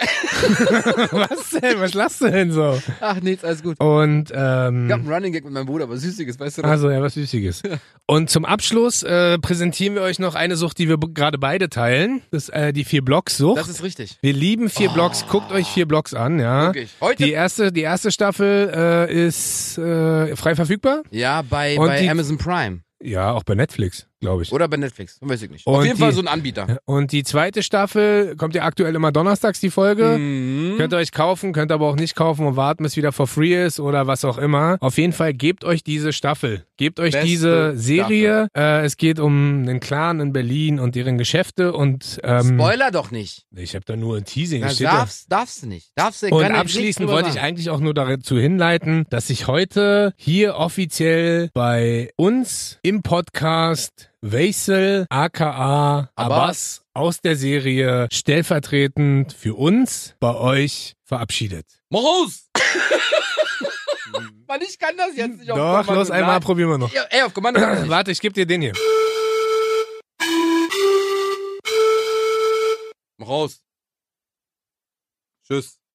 S1: was denn? Was lachst du denn so?
S2: Ach, nichts, alles gut.
S1: Und
S2: Ich hab
S1: ähm,
S2: einen Running Gag mit meinem Bruder, aber Süßiges, weißt du das?
S1: also ja, was Süßiges. Und zum Abschluss äh, präsentieren wir euch noch eine Sucht, die wir b- gerade beide teilen. Das ist äh, die vier Blocks Sucht.
S2: Das Oh. ist richtig.
S1: Wir lieben vier Blocks. Guckt euch vier Blocks an, ja.
S2: Wirklich. Heute.
S1: Die erste, die erste Staffel äh, ist äh, frei verfügbar.
S2: ja, bei,
S1: Und
S2: bei
S1: die-
S2: Amazon Prime.
S1: Ja, auch bei Netflix, glaube ich.
S2: Oder bei Netflix. Weiß ich nicht.
S1: Und
S2: Auf jeden
S1: die-
S2: Fall so ein Anbieter.
S1: Und die zweite Staffel kommt ja aktuell immer donnerstags die Folge.
S2: Mhm.
S1: Könnt ihr euch kaufen, könnt aber auch nicht kaufen und warten, bis wieder for free ist oder was auch immer. Auf jeden Fall gebt euch diese Staffel. Gebt euch
S2: Beste
S1: diese Serie. Äh, es geht um einen Clan in Berlin und deren Geschäfte und ähm,
S2: Spoiler doch nicht.
S1: ich habe da nur ein Teasing.
S2: Na,
S1: es steht da-
S2: darfst, darfst du nicht. Darfst du
S1: Und
S2: kann ich nichts
S1: abschließend
S2: drüber
S1: wollte ich
S2: sagen.
S1: eigentlich auch nur dazu hinleiten, dass sich heute hier offiziell bei uns im Podcast Veysel aka Abbas aus der Serie stellvertretend für uns bei euch verabschiedet.
S2: Mach aus! Mann, ich kann das jetzt nicht auf
S1: Doch,
S2: Kommando.
S1: los, einmal
S2: Nein.
S1: probieren wir noch.
S2: Ja, Ey, auf Kommando. kann ich nicht.
S1: Warte, ich geb dir den hier.
S2: Mach aus. Tschüss.